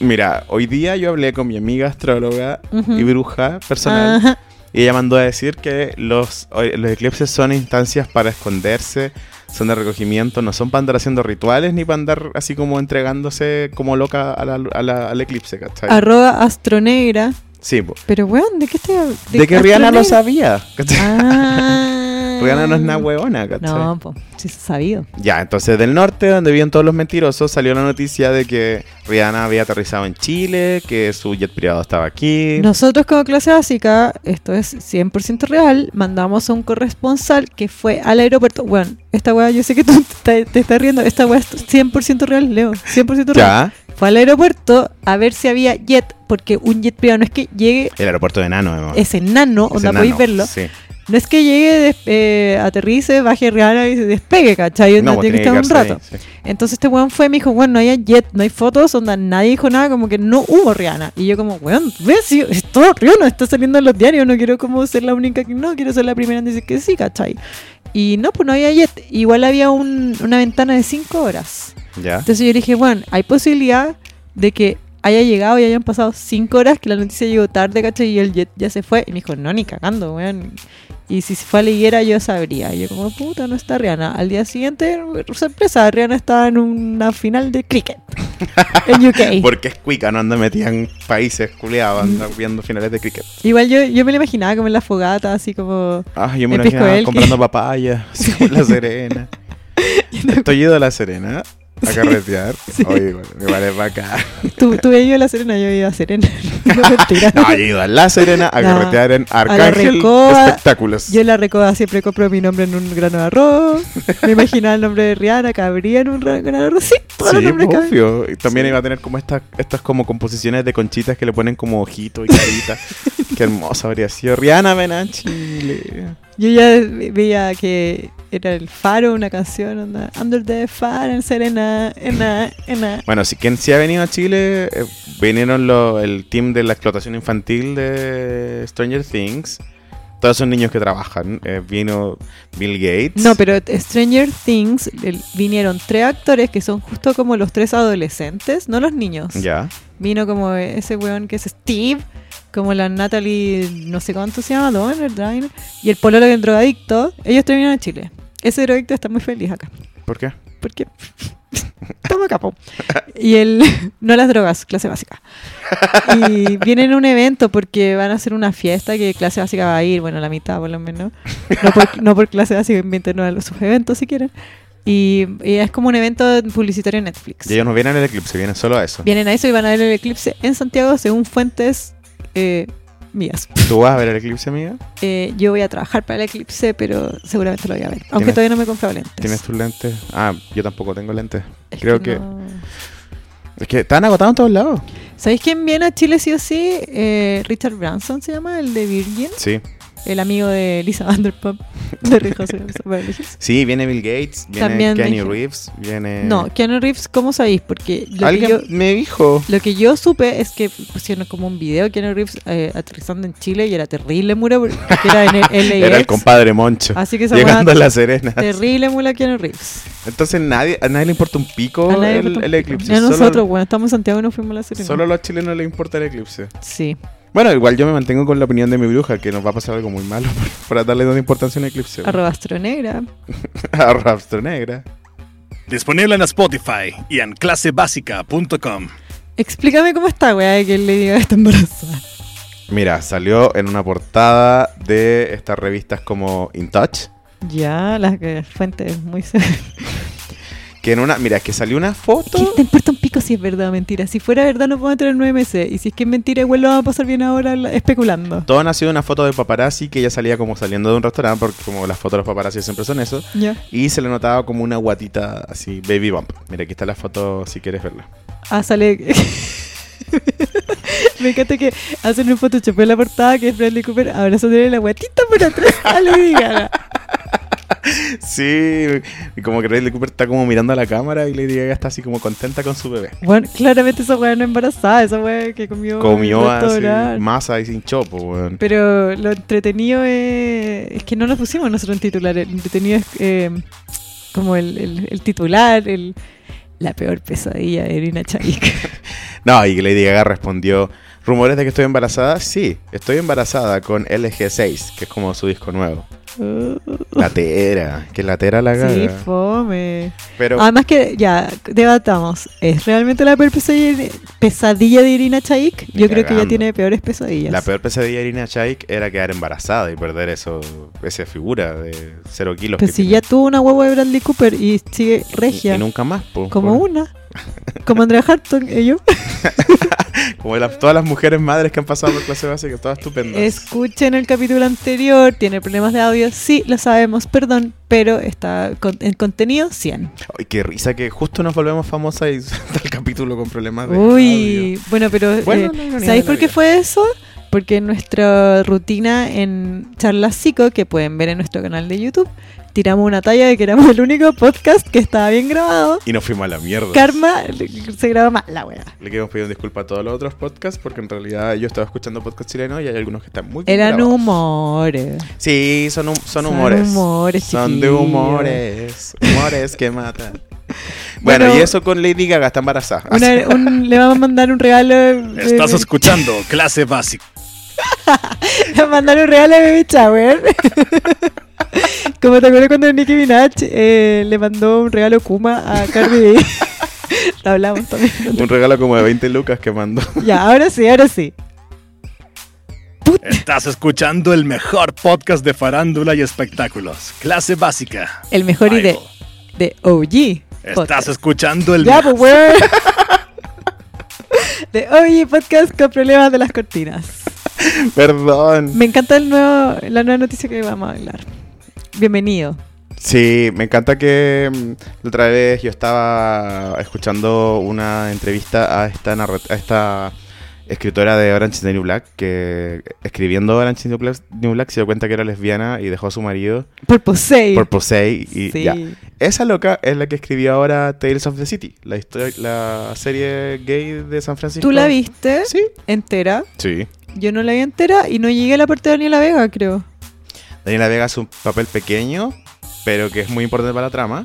Speaker 1: mira, hoy día yo hablé con mi amiga astróloga
Speaker 2: Ujú. Ah.
Speaker 1: y bruja personal.
Speaker 2: Ajá.
Speaker 1: Y ella mandó a decir que los, oye, los eclipses son instancias para esconderse, son de recogimiento, no son para andar haciendo rituales ni para andar así como entregándose como loca a la lu- a la- al eclipse, ¿cachai?
Speaker 2: Arroba astronegra.
Speaker 1: sí, po.
Speaker 2: Pero weón, ¿de qué estoy hab-
Speaker 1: De, que Rihanna lo
Speaker 2: Astronegra?
Speaker 1: sabía, ¿cachai?
Speaker 2: Ah.
Speaker 1: <laughs> Rihanna no es una hueona, ¿cachai?
Speaker 2: No, pues, sí es sabido.
Speaker 1: Ya, entonces del norte, donde viven todos los mentirosos, salió la noticia de que Rihanna había aterrizado en Chile, que su jet privado estaba aquí.
Speaker 2: Nosotros como clase básica, esto es 100% real, mandamos a un corresponsal que fue al aeropuerto. Bueno, esta weá, yo sé que tú te, te estás riendo, esta weá es 100% real, Leo, 100% real.
Speaker 1: ya,
Speaker 2: Fue al aeropuerto a ver si había jet, porque un jet privado no es que llegue,
Speaker 1: el aeropuerto de Nano, ¿no?
Speaker 2: es enano,
Speaker 1: Ese
Speaker 2: onda
Speaker 1: nano,
Speaker 2: podéis verlo,
Speaker 1: Sí.
Speaker 2: no es que llegue, des- eh, aterrice, baje real y se despegue, ¿cachai? Onda,
Speaker 1: pues
Speaker 2: tiene que
Speaker 1: tiene
Speaker 2: estar un
Speaker 1: quedarse
Speaker 2: rato.
Speaker 1: ahí, sí.
Speaker 2: Entonces este weón fue y me dijo, weón, no hay jet, no hay fotos, onda, nadie dijo nada, como que no hubo Rihanna. Y yo como, weón, ves, sí, es todo Rihanna, está saliendo en los diarios, no quiero como ser la única que no, quiero ser la primera en decir que sí, ¿cachai? Y no, pues no había jet. Igual había un- una ventana de 5 horas.
Speaker 1: Ya.
Speaker 2: Entonces yo le dije, bueno, hay posibilidad de que haya llegado y hayan pasado 5 horas, que la noticia llegó tarde, ¿cachai? Y el jet ya se fue. Y me dijo, no, ni cagando, weón. Y si se fue a la higuera, yo sabría. Y yo, como puta, no está Rihanna. Al día siguiente, sorpresa, Rihanna estaba en una final de cricket en
Speaker 1: <laughs>
Speaker 2: UK.
Speaker 1: Porque es cuica, no anda metida en países culiados,
Speaker 2: Mm.
Speaker 1: anda viendo finales de cricket.
Speaker 2: Igual yo, yo me la imaginaba como en la fogata, así como. <laughs>
Speaker 1: Ah, yo me
Speaker 2: El
Speaker 1: imaginaba
Speaker 2: Pisco Elqui.
Speaker 1: comprando
Speaker 2: <laughs>
Speaker 1: papaya, así como en la Serena. Estoy ido a la Serena a
Speaker 2: <laughs>
Speaker 1: carretear. Oye, igual- igual es bacán.
Speaker 2: Tú, tú habías ido a la Serena, yo he ido a Serena. <laughs> No, mentira.
Speaker 1: No, yo he ido a la Serena a
Speaker 2: <laughs> No.
Speaker 1: carretear en Arcángel
Speaker 2: Recoa.
Speaker 1: Espectáculos.
Speaker 2: Yo en la recoda siempre compro mi nombre en un grano de arroz. Me imaginaba el nombre de Rihanna, cabría en un ra- grano de arroz. Sí, todos los
Speaker 1: Sí, pues,
Speaker 2: nombres caben.
Speaker 1: obvio. Y también iba a tener como estas, estas como composiciones de conchitas que le ponen como ojito y
Speaker 2: <laughs>
Speaker 1: carita. Qué hermosa habría sido. Rihanna, ven a Chile.
Speaker 2: Yo ya ve- veía que era el faro, una canción, onda, Under the Fire, en Serena, ena, ena.
Speaker 1: Bueno, si quien sí ha venido a Chile, eh, vinieron lo- el team de la explotación infantil de Stranger Things. Todos son niños que trabajan. Eh, vino Bill Gates.
Speaker 2: No, pero Stranger Things el- vinieron tres actores que son justo como los tres adolescentes, no los niños.
Speaker 1: Ya.
Speaker 2: Vino como ese weón que es Steve, como la Natalie, no sé cuánto se llama, Donner, Diner, y el pololo que es drogadicto. Ellos tres vinieron a Chile. Ese drogadicto está muy feliz acá.
Speaker 1: ¿Por qué?
Speaker 2: ¿Por qué? <laughs> Toma capo. Y el. <laughs> No las drogas, clase básica. Y vienen a un evento porque van a hacer una fiesta que clase básica va a ir, bueno, la mitad por lo menos. No por, no por clase básica, inventen a sus eventos si quieren. Y, y es como un evento publicitario en Netflix.
Speaker 1: Y ellos no vienen al eclipse, vienen solo a eso.
Speaker 2: Vienen a eso y van a ver el eclipse en Santiago según fuentes eh, mías.
Speaker 1: ¿Tú vas a ver el eclipse, amiga?
Speaker 2: Eh, yo voy a trabajar para el eclipse, pero seguramente lo voy a ver. Aunque
Speaker 1: ¿Tienes-
Speaker 2: todavía no me he comprado lentes.
Speaker 1: ¿Tienes tus lentes? Ah, yo tampoco tengo lentes.
Speaker 2: Es
Speaker 1: creo que-
Speaker 2: no-
Speaker 1: Es que están agotados en todos lados.
Speaker 2: ¿Sabéis quién viene a Chile sí o sí? Eh, Richard Branson se llama, el de Virgin,
Speaker 1: Sí.
Speaker 2: el amigo de Lisa Vanderpump, <laughs> de Rick José Beverly Hills.
Speaker 1: Sí, viene Bill Gates, viene
Speaker 2: También me
Speaker 1: Kenny
Speaker 2: dijeron.
Speaker 1: Reeves, viene...
Speaker 2: No, Keanu Reeves, ¿cómo sabéis? Porque lo que,
Speaker 1: Eh. Alguien
Speaker 2: yo,
Speaker 1: me dijo...
Speaker 2: lo que yo supe es que pusieron como un video de Keanu Reeves eh, aterrizando en Chile y era terrible mula porque era en el LAX.
Speaker 1: <laughs> Era el compadre Moncho.
Speaker 2: Así que Ah, esa
Speaker 1: Llegando a
Speaker 2: weá-
Speaker 1: La Serena.
Speaker 2: <laughs> Terrible mula Keanu Reeves.
Speaker 1: Entonces nadie, a nadie le importa un pico
Speaker 2: A nadie
Speaker 1: Oh, el,
Speaker 2: le importa un
Speaker 1: el
Speaker 2: pico.
Speaker 1: eclipse.
Speaker 2: Ni a
Speaker 1: Solo-
Speaker 2: nosotros, bueno, estamos en Santiago y nos fuimos a la
Speaker 1: solo,
Speaker 2: Serena.
Speaker 1: a los chilenos les importa el eclipse.
Speaker 2: Sí.
Speaker 1: Bueno, igual yo me mantengo con la opinión de mi bruja, que nos va a pasar algo muy malo <laughs> por, por darle tanta importancia a un eclipse.
Speaker 2: Arroba Astronegra.
Speaker 1: <laughs> A Raptor Negra.
Speaker 3: Disponible en Spotify y en clasebásica.com.
Speaker 2: Explícame cómo está, weá, de que le diga está embarazada.
Speaker 1: Mira, salió en una portada de estas revistas como In Touch.
Speaker 2: Ya, las que- fuentes muy <laughs> severas.
Speaker 1: Que en una. Mira, es que salió una
Speaker 2: ¿Qué <laughs>
Speaker 1: foto.
Speaker 2: te importa un pico si es verdad o mentira? Si fuera verdad no puedo entrar en nueve meses. Y si es que es mentira, igual lo vamos a pasar bien ahora la- especulando.
Speaker 1: Todo nació de una foto de paparazzi que ella salía como saliendo de un restaurante, porque como las fotos de los paparazzi siempre son eso.
Speaker 2: Ya.
Speaker 1: Y se le notaba como una guatita así, baby bump. Mira, aquí está la foto si quieres verla.
Speaker 2: Ah, sale... <laughs> Me encanta que hacen un Photoshop en la portada que es Bradley Cooper abrazando la guatita por atrás <laughs> a Lady Gaga.
Speaker 1: Sí, y como que Riley Cooper está como mirando a la cámara y Lady Gaga está así como contenta con su bebé.
Speaker 2: Bueno, claramente esa weá no embarazada, esa weá que comió en el
Speaker 1: Comió ah, así
Speaker 2: restaurante.
Speaker 1: masa y sin chopo, weón.
Speaker 2: Pero lo entretenido es, es que no nos pusimos nosotros en titular. Lo entretenido es eh, como el, el- el titular, el, la peor pesadilla de Irina Chaik. <laughs>
Speaker 1: No, y Lady Gaga respondió, ¿rumores de que estoy embarazada? Sí, estoy embarazada con LG6, que es como su disco nuevo. Latera, que latera la
Speaker 2: sí, Ah,
Speaker 1: Gaga.
Speaker 2: fome.
Speaker 1: Pero
Speaker 2: Además que ya debatamos, ¿es realmente la peor pesadilla, pesadilla de Irina Chaik?
Speaker 1: Ni
Speaker 2: Yo creo que
Speaker 1: cagando.
Speaker 2: ella tiene peores pesadillas.
Speaker 1: la peor pesadilla de Irina Shayk era quedar embarazada y perder eso, esa figura de cero kilos.
Speaker 2: Pero
Speaker 1: que
Speaker 2: si
Speaker 1: tiene.
Speaker 2: ya tuvo una huevo de Bradley Cooper y sigue regia,
Speaker 1: Y nunca más, po,
Speaker 2: como
Speaker 1: weón.
Speaker 2: una, como Andrea
Speaker 1: <laughs>
Speaker 2: Harton, ellos.
Speaker 1: Como las- todas las mujeres madres que han pasado por clase básica, todas estupendas.
Speaker 2: Escuchen el capítulo anterior, tiene problemas de audio, sí, lo sabemos, perdón, pero está con- en contenido 100.
Speaker 1: Ay, qué risa que justo nos volvemos famosas y <laughs> salta el capítulo con problemas de
Speaker 2: Uy, bueno, pero
Speaker 1: Bueno,
Speaker 2: eh,
Speaker 1: la ironía de
Speaker 2: ¿sabéis
Speaker 1: la
Speaker 2: por qué
Speaker 1: vida.
Speaker 2: fue eso? Porque nuestra rutina en Charlas Psico, que pueden ver en nuestro canal de YouTube, tiramos una talla de que éramos el único podcast que estaba bien grabado.
Speaker 1: audio. Y nos fuimos a la mierda.
Speaker 2: Karma le- se graba mal, la wea.
Speaker 1: Le queremos pedir disculpa a todos los otros podcasts porque en realidad yo estaba escuchando podcasts chilenos y hay algunos que están muy bien
Speaker 2: Eran
Speaker 1: grabados.
Speaker 2: humores.
Speaker 1: Sí, son, hum- son
Speaker 2: Son
Speaker 1: humores.
Speaker 2: humores,
Speaker 1: Son de
Speaker 2: chiquillos.
Speaker 1: humores. Humores que
Speaker 2: <laughs>
Speaker 1: matan. Bueno,
Speaker 2: Bueno,
Speaker 1: y eso con Lady Gaga está embarazada.
Speaker 2: Una- un- le vamos a mandar un regalo. eh,
Speaker 3: Estás escuchando Clase Básica.
Speaker 2: <laughs> Nos mandaron real a Baby Shower. <laughs> Como te acuerdas cuando Nicki Minaj eh, le mandó un regalo Kuma a Cardi B. <laughs> Lo hablamos también.
Speaker 1: Un regalo como de 20 lucas que mandó. <laughs>
Speaker 2: Ya, ahora sí, ahora sí.
Speaker 3: Estás escuchando el mejor podcast de farándula y espectáculos. Clase básica.
Speaker 2: El mejor y de,
Speaker 3: Bible.
Speaker 2: de OG.
Speaker 3: Estás
Speaker 2: podcast.
Speaker 3: escuchando el
Speaker 2: Ya,
Speaker 3: mejor.
Speaker 2: pues, weón. <laughs> De OG Podcast con problemas de las cortinas.
Speaker 1: Perdón.
Speaker 2: Me encanta el nuevo, la nueva noticia que vamos a hablar. Bienvenido.
Speaker 1: Sí, me encanta que mm, la otra vez yo estaba escuchando una entrevista a esta, narra- a esta escritora de Orange is the New Black que escribiendo Orange is the New Black, New Black se dio cuenta que era lesbiana y dejó a su marido
Speaker 2: Por Posey.
Speaker 1: por Posey y
Speaker 2: Sí.
Speaker 1: ya. Esa loca es la que escribió ahora Tales of the City, la historia, la serie gay de San Francisco.
Speaker 2: ¿Tú la viste
Speaker 1: Sí.
Speaker 2: entera?
Speaker 1: Sí.
Speaker 2: Yo no la vi entera y no llegué a la parte de Daniela Vega, creo.
Speaker 1: Daniela Vega hace un papel pequeño, pero que es muy importante para la trama.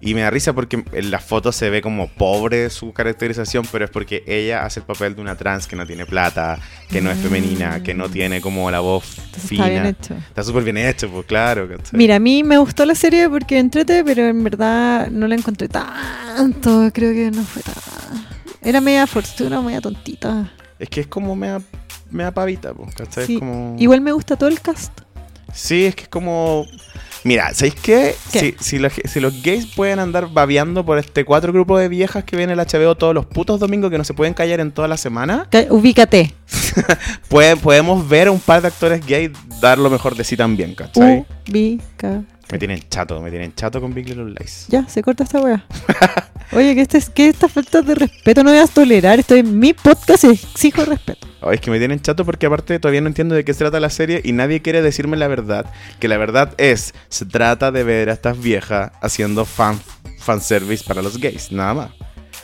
Speaker 1: Y me da risa porque en las fotos se ve como pobre su caracterización, pero es porque ella hace el papel de una trans que no tiene plata, que no es femenina, que no tiene como la voz
Speaker 2: Entonces
Speaker 1: fina.
Speaker 2: está bien hecho.
Speaker 1: Está súper bien hecho, pues claro. ¿cachai?
Speaker 2: Mira, a mí me gustó la serie porque entrete, pero en verdad no la encontré tanto. Creo que no fue tan... Era media fortuna, media tontita.
Speaker 1: Es que es como me da, pavita, pues, ¿cachai?
Speaker 2: Sí.
Speaker 1: Es como...
Speaker 2: Igual me gusta todo el cast.
Speaker 1: Sí, es que es como. Mira, ¿sabéis qué?
Speaker 2: ¿Qué?
Speaker 1: Si, si los, si los gays pueden andar babeando por este cuatro grupos de viejas que viene el HBO todos los putos domingos que no se pueden callar en toda la semana,
Speaker 2: Ca- Ubícate.
Speaker 1: pueden, podemos ver a un par de actores gays dar lo mejor de sí también, ¿cachai?
Speaker 2: Uh. Ubícate.
Speaker 1: Me tienen chato, me tienen chato con Big Little Lies.
Speaker 2: Ya, se corta esta wea. <laughs> Oye, que, este, que esta falta de respeto no voy a tolerar. Estoy en mi podcast y exijo respeto.
Speaker 1: Oh, es que me tienen chato porque aparte todavía no entiendo de qué se trata la serie y nadie quiere decirme la verdad. Que la verdad es, se trata de ver a estas viejas haciendo fan fanservice para los gays, nada más.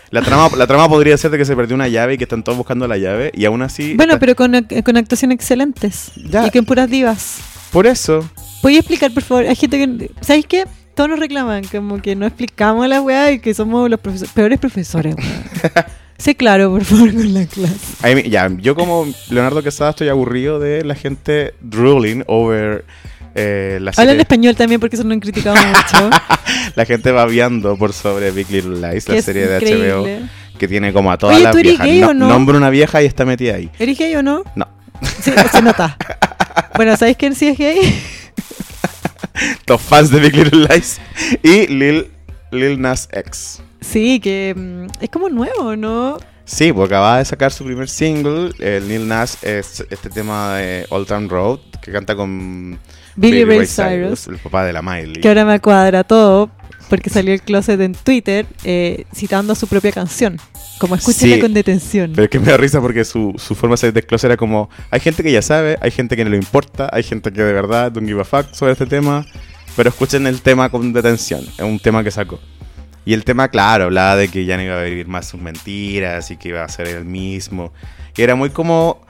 Speaker 1: La trama, la trama podría ser de que se perdió una llave y que están todos buscando la llave y aún así...
Speaker 2: Bueno, pero con, ac- con actuaciones excelentes.
Speaker 1: Ya.
Speaker 2: Y con puras divas.
Speaker 1: Por eso...
Speaker 2: ¿Puedes explicar, por favor? Hay gente que... ¿Sabes qué? Todos nos reclaman como que no explicamos la weá y que somos los profeso- peores profesores, weá. sé claro, por favor, con la clase.
Speaker 1: a mí- ya, yo como Leonardo Quesada estoy aburrido de la gente drooling over eh, la
Speaker 2: Habla en
Speaker 1: serie.
Speaker 2: español también porque eso no han criticado mucho.
Speaker 1: La gente babeando por sobre Big Little Lies,
Speaker 2: que
Speaker 1: la
Speaker 2: es
Speaker 1: serie de
Speaker 2: increíble.
Speaker 1: HBO que tiene como a todas
Speaker 2: Oye,
Speaker 1: las
Speaker 2: ¿tú eres
Speaker 1: viejas.
Speaker 2: gay o no?
Speaker 1: Nombra una vieja y está metida ahí.
Speaker 2: ¿Eres gay o no?
Speaker 1: No.
Speaker 2: Sí, se nota. Bueno, ¿sabes quién sí es gay?
Speaker 1: los fans de Big Little Lies y Lil, Lil Nas X.
Speaker 2: Sí, que mm, es como nuevo, ¿no?
Speaker 1: Sí, porque acaba de sacar su primer single, el Lil Nas es este tema de Old Town Road que canta con
Speaker 2: Billy Ray Cyrus.
Speaker 1: el papá de la Miley.
Speaker 2: Que ahora me cuadra todo porque salió el closet en Twitter eh, citando su propia canción. Como escúchenla
Speaker 1: Sí.
Speaker 2: con detención.
Speaker 1: Pero es que me da risa porque su, su forma de salir del closet era como, hay gente que ya sabe, hay gente que no le importa, hay gente que de verdad don't give a fuck sobre este tema, pero escuchen el tema con detención, es un tema que sacó. Y el tema, claro, hablaba de que ya no iba a vivir más sus mentiras y que iba a ser el mismo. Y era muy como,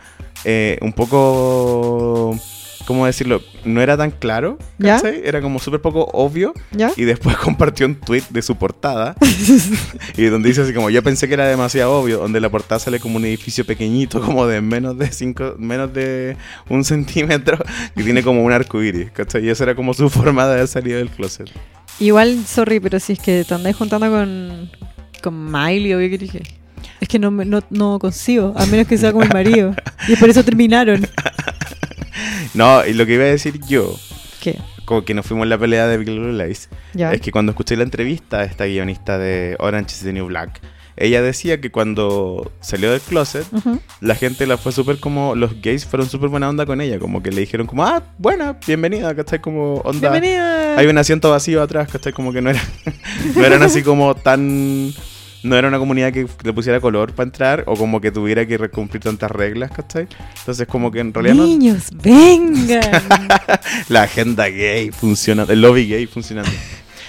Speaker 1: eh, un poco, ¿cómo decirlo? No era tan claro,
Speaker 2: ¿Ya?
Speaker 1: ¿cachai? Era como súper poco obvio.
Speaker 2: ¿Ya?
Speaker 1: Y después <laughs> compartió un tweet de su portada. y donde dice así como, yo pensé que era demasiado obvio, donde la portada sale como un edificio pequeñito, como de menos de cinco, menos de un centímetro, que tiene como un arco iris. ¿cachai? Y esa era como su <laughs> forma de haber salido del closet.
Speaker 2: Igual, sorry, pero si es que te andáis juntando con, con Miley, obvio que eres gay. Es que no, me- no, no consigo, a menos que sea con el marido. Y por eso terminaron.
Speaker 1: No, y lo que iba a decir yo,
Speaker 2: ¿Qué?
Speaker 1: como que nos fuimos en la pelea de Big Little Lies,
Speaker 2: ¿Ya?
Speaker 1: Es que cuando escuché la entrevista de esta guionista de Orange is the New Black, ella decía que cuando salió del closet,
Speaker 2: Ujú.
Speaker 1: la gente la fue súper como, los gays fueron súper buena onda con ella, como que le dijeron como, ah, buena, bienvenida, ¿cachai? Como onda.
Speaker 2: Bienvenida.
Speaker 1: Hay un asiento vacío atrás, ¿cachai? Como que no era, <laughs> no eran así como tan... No era una comunidad que le pusiera color para entrar o como que tuviera que re- cumplir tantas reglas, ¿cachai? Entonces como que en realidad no-
Speaker 2: Niños,
Speaker 1: <laughs>
Speaker 2: vengan.
Speaker 1: la agenda gay funcionando, el lobby gay funcionando.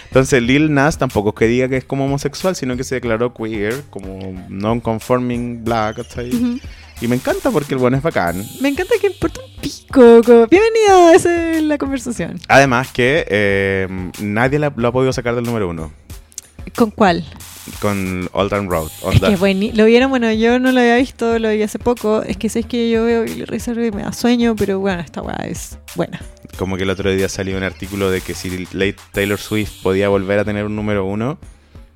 Speaker 1: Entonces Lil Nas tampoco es que diga que es como homosexual, sino que se declaró queer, como non-conforming black, ¿cachai?
Speaker 2: Ujú.
Speaker 1: Y me encanta porque el bueno es bacán.
Speaker 2: Me encanta que importa un pico. como, Bienvenida, esa es la conversación.
Speaker 1: Además que eh, nadie la- lo ha podido sacar del número uno.
Speaker 2: ¿Con cuál?
Speaker 1: con Old Town Road.
Speaker 2: Es
Speaker 1: Onda.
Speaker 2: que es buení- Lo vieron, bueno, yo no lo había visto, lo vi hace poco. Es que sé que yo veo Billy Reserve y me da sueño, pero bueno, esta weá es buena.
Speaker 1: Como que el otro día salió un artículo de que si late Taylor Swift podía volver a tener un número uno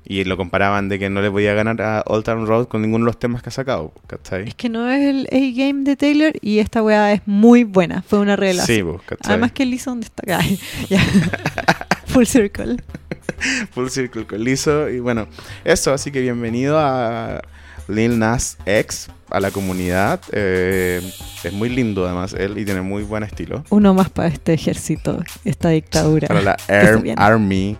Speaker 1: y lo comparaban de que no le podía ganar a Old Town Road con ninguno de los temas que ha sacado. ¿Cachai?
Speaker 2: Es que no es el A-game de Taylor y esta weá es muy buena. Fue una
Speaker 1: Sí,
Speaker 2: revelación.
Speaker 1: pues, ¿cachai? <laughs>
Speaker 2: Además que Lisa donde está. Ay, ya. Full circle.
Speaker 1: Full Circle con Lizzo. Y bueno, eso, así que bienvenido a Lil Nas X, a la comunidad. Eh, es muy lindo además él y tiene muy buen estilo.
Speaker 2: Uno más para este ejército, esta dictadura.
Speaker 1: Para
Speaker 2: <laughs>
Speaker 1: la
Speaker 2: está
Speaker 1: Arm-
Speaker 2: bien. <laughs>
Speaker 1: Army.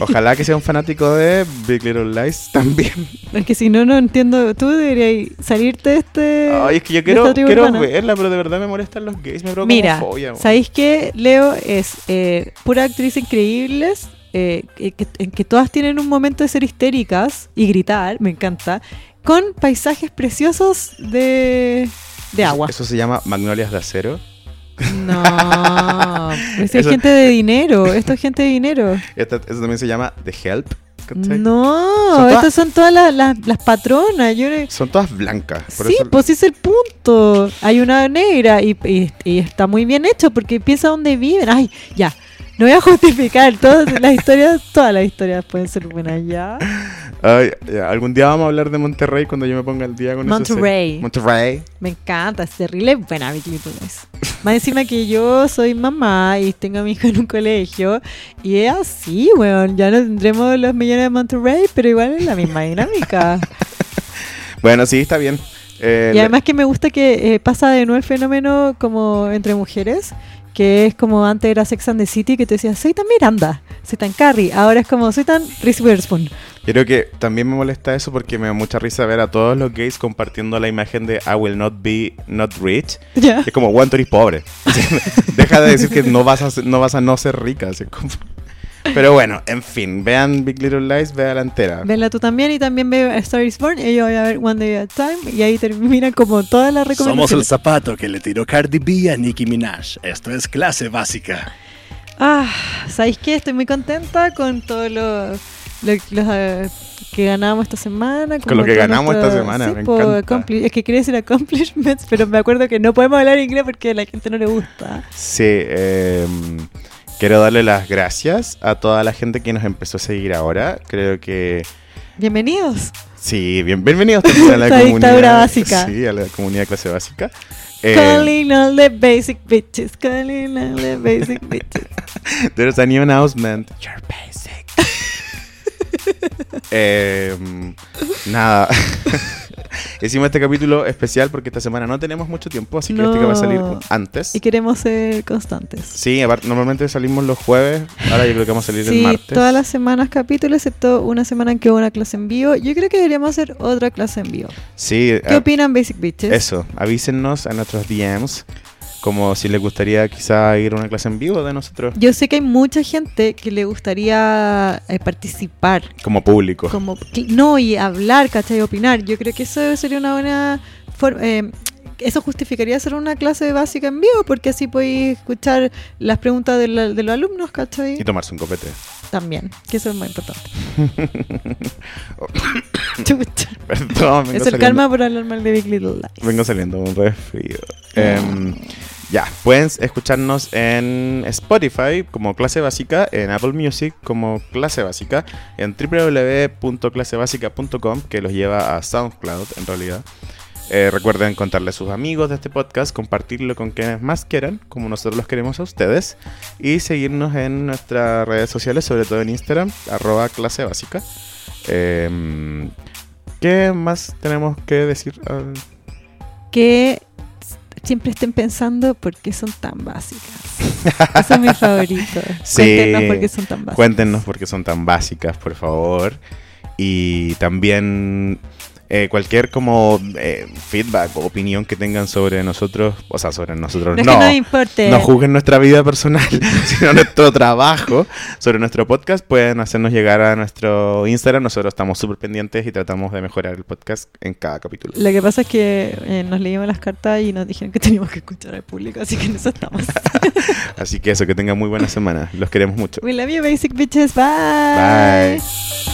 Speaker 1: Ojalá que sea un fanático de Big Little Lies también.
Speaker 2: <laughs> Porque si no, no entiendo. Tú deberías salirte de este.
Speaker 1: Ay, es que yo
Speaker 2: de
Speaker 1: quiero,
Speaker 2: esta tribu
Speaker 1: quiero
Speaker 2: urbana.
Speaker 1: verla, pero de verdad me molestan los gays. Me provoca
Speaker 2: Mira,
Speaker 1: homofobia, weón.
Speaker 2: ¿sabéis que Leo es eh, pura actriz increíbles? eh, que- que- en que todas tienen un momento de ser histéricas y gritar, me encanta, con paisajes preciosos de, de agua.
Speaker 1: Eso se llama Magnolias de Acero.
Speaker 2: No,
Speaker 1: <laughs>
Speaker 2: pero si es
Speaker 1: Eso-
Speaker 2: gente de dinero, esto es gente de dinero.
Speaker 1: Esta- eso también se llama The Help. ¿cachai?
Speaker 2: No,
Speaker 1: Son todas-
Speaker 2: estas son todas las, las- las patronas. Yo no-
Speaker 1: Son todas blancas. por
Speaker 2: Sí,
Speaker 1: eso-
Speaker 2: pues ese es el punto. Hay una negra y, y- y está muy bien hecho porque piensa dónde viven. Ay, ya. No voy a <laughs> justificar todas las historias, todas las historias pueden ser buenas ya.
Speaker 1: Ay, ya, algún día vamos a hablar de Monterrey cuando yo me ponga el día con esa serie.
Speaker 2: Monterrey.
Speaker 1: Monterrey.
Speaker 2: Me encanta, es terrible, buena Big Little Lies. Más encima que yo soy mamá y tengo a mi hijo en un colegio y es así, weón. Ya no tendremos los millones de Monterrey, pero igual es la misma dinámica.
Speaker 1: Bueno, sí, está bien. Eh,
Speaker 2: Y además que me gusta que eh, pasa de nuevo el fenómeno como entre mujeres, que es como antes era Sex and the City, que te decía, soy tan Miranda, soy tan Carrie, ahora es como, soy tan Reese Witherspoon. <laughs>
Speaker 1: Creo que también me molesta eso porque me da mucha risa ver a todos los gays compartiendo la imagen de I will not be not rich.
Speaker 2: Ya.
Speaker 1: Y Es como, weón, tú eres pobre. <laughs> Deja de decir que no vas a, ser- no, vas a no ser rica. así como- Pero bueno, en fin, vean Big Little Lies, vean la entera.
Speaker 2: Venla tú también y también ve a Star is Born y yo voy a ver One Day at a Time y ahí termina como todas las
Speaker 3: Somos el
Speaker 2: recomendaciones.
Speaker 3: zapato que le tiró Cardi B a Nicki Minaj. Esto es clase básica.
Speaker 2: Ah, ¿sabéis qué? Estoy muy contenta con todo lo, lo- los, eh, que ganamos esta
Speaker 1: Con
Speaker 2: semana.
Speaker 1: lo
Speaker 2: como
Speaker 1: que
Speaker 2: todo
Speaker 1: ganamos
Speaker 2: nuestro-
Speaker 1: esta semana, me
Speaker 2: po,
Speaker 1: encanta.
Speaker 2: accompli- Es que quería decir accomplishments, pero me acuerdo que no podemos hablar inglés porque a la gente no le gusta.
Speaker 1: Sí, eh, quiero darle las gracias a toda la gente que nos empezó a seguir ahora. Creo que
Speaker 2: Bienvenidos.
Speaker 1: sí, bien- bienvenidos también a la
Speaker 2: <laughs> Esta dictadura
Speaker 1: comunidad
Speaker 2: básica.
Speaker 1: Sí, a la comunidad clase básica. Eh,
Speaker 2: Calling all the basic bitches. Calling all the basic bitches.
Speaker 1: There's a new announcement. You're basic. <laughs> Em, nada. <laughs> Hicimos este capítulo especial porque esta semana no tenemos mucho tiempo, así que este que va a salir
Speaker 2: No.
Speaker 1: antes.
Speaker 2: Y queremos ser constantes.
Speaker 1: Sí, aparte, normalmente salimos los jueves, ahora yo creo que vamos a salir el
Speaker 2: Sí,
Speaker 1: martes.
Speaker 2: todas las semanas capítulo, excepto una semana en que hubo una clase en vivo. Yo creo que deberíamos hacer otra clase en vivo.
Speaker 1: Sí,
Speaker 2: ¿Qué
Speaker 1: ah,
Speaker 2: opinan Basic Bitches?
Speaker 1: eso, avísennos a nuestros DMs, como si les gustaría quizá ir a una clase en vivo de nosotros,
Speaker 2: Yo sé que hay mucha gente que le gustaría eh, participar,
Speaker 1: como público.
Speaker 2: como cl- no y hablar, ¿cachai? Opinar. Yo creo que eso sería una buena forma. eh, eso justificaría hacer una clase básica en vivo, porque así podéis escuchar las preguntas de, la- de los alumnos,
Speaker 1: Y
Speaker 2: ¿cachai?
Speaker 1: tomarse un copete. <laughs>
Speaker 2: También, que eso es muy importante. Chucha.
Speaker 1: Perdón, vengo
Speaker 2: Es el
Speaker 1: saliendo-
Speaker 2: karma por hablar mal de Big Little Lies.
Speaker 1: Vengo saliendo un re frío. Em, ya, pueden escucharnos en Spotify como clase básica, en Apple Music como clase básica, en www.clasebásica.com que los lleva a SoundCloud en realidad. Eh, recuerden contarle a sus amigos de este podcast, compartirlo con quienes más quieran, como nosotros los queremos a ustedes, y seguirnos en nuestras redes sociales, sobre todo en Instagram, arroba clase básica. Em, ¿Qué más tenemos que decir? Ah,
Speaker 2: que s- siempre estén pensando por qué son tan básicas.
Speaker 1: <laughs>
Speaker 2: Eso es mi favorito.
Speaker 1: Sí.
Speaker 2: Cuéntenos por qué son tan básicas.
Speaker 1: Cuéntenos por qué son tan básicas, por favor. Y también eh, cualquier como eh, feedback o opinión que tengan sobre nosotros, o sea, sobre nosotros
Speaker 2: No,
Speaker 1: no.
Speaker 2: es que no importe.
Speaker 1: no juzguen nuestra vida personal, <laughs> sino nuestro trabajo sobre nuestro podcast. Pueden hacernos llegar a nuestro Instagram. Nosotros estamos súper pendientes y tratamos de mejorar el podcast en cada capítulo.
Speaker 2: Lo que pasa es que eh, nos leímos las cartas y nos dijeron que teníamos que escuchar al público, así que en eso estamos.
Speaker 1: Así que eso, que tengan muy buena semana. Los queremos mucho.
Speaker 2: We love you, basic bitches.
Speaker 1: Bye.
Speaker 2: Bye.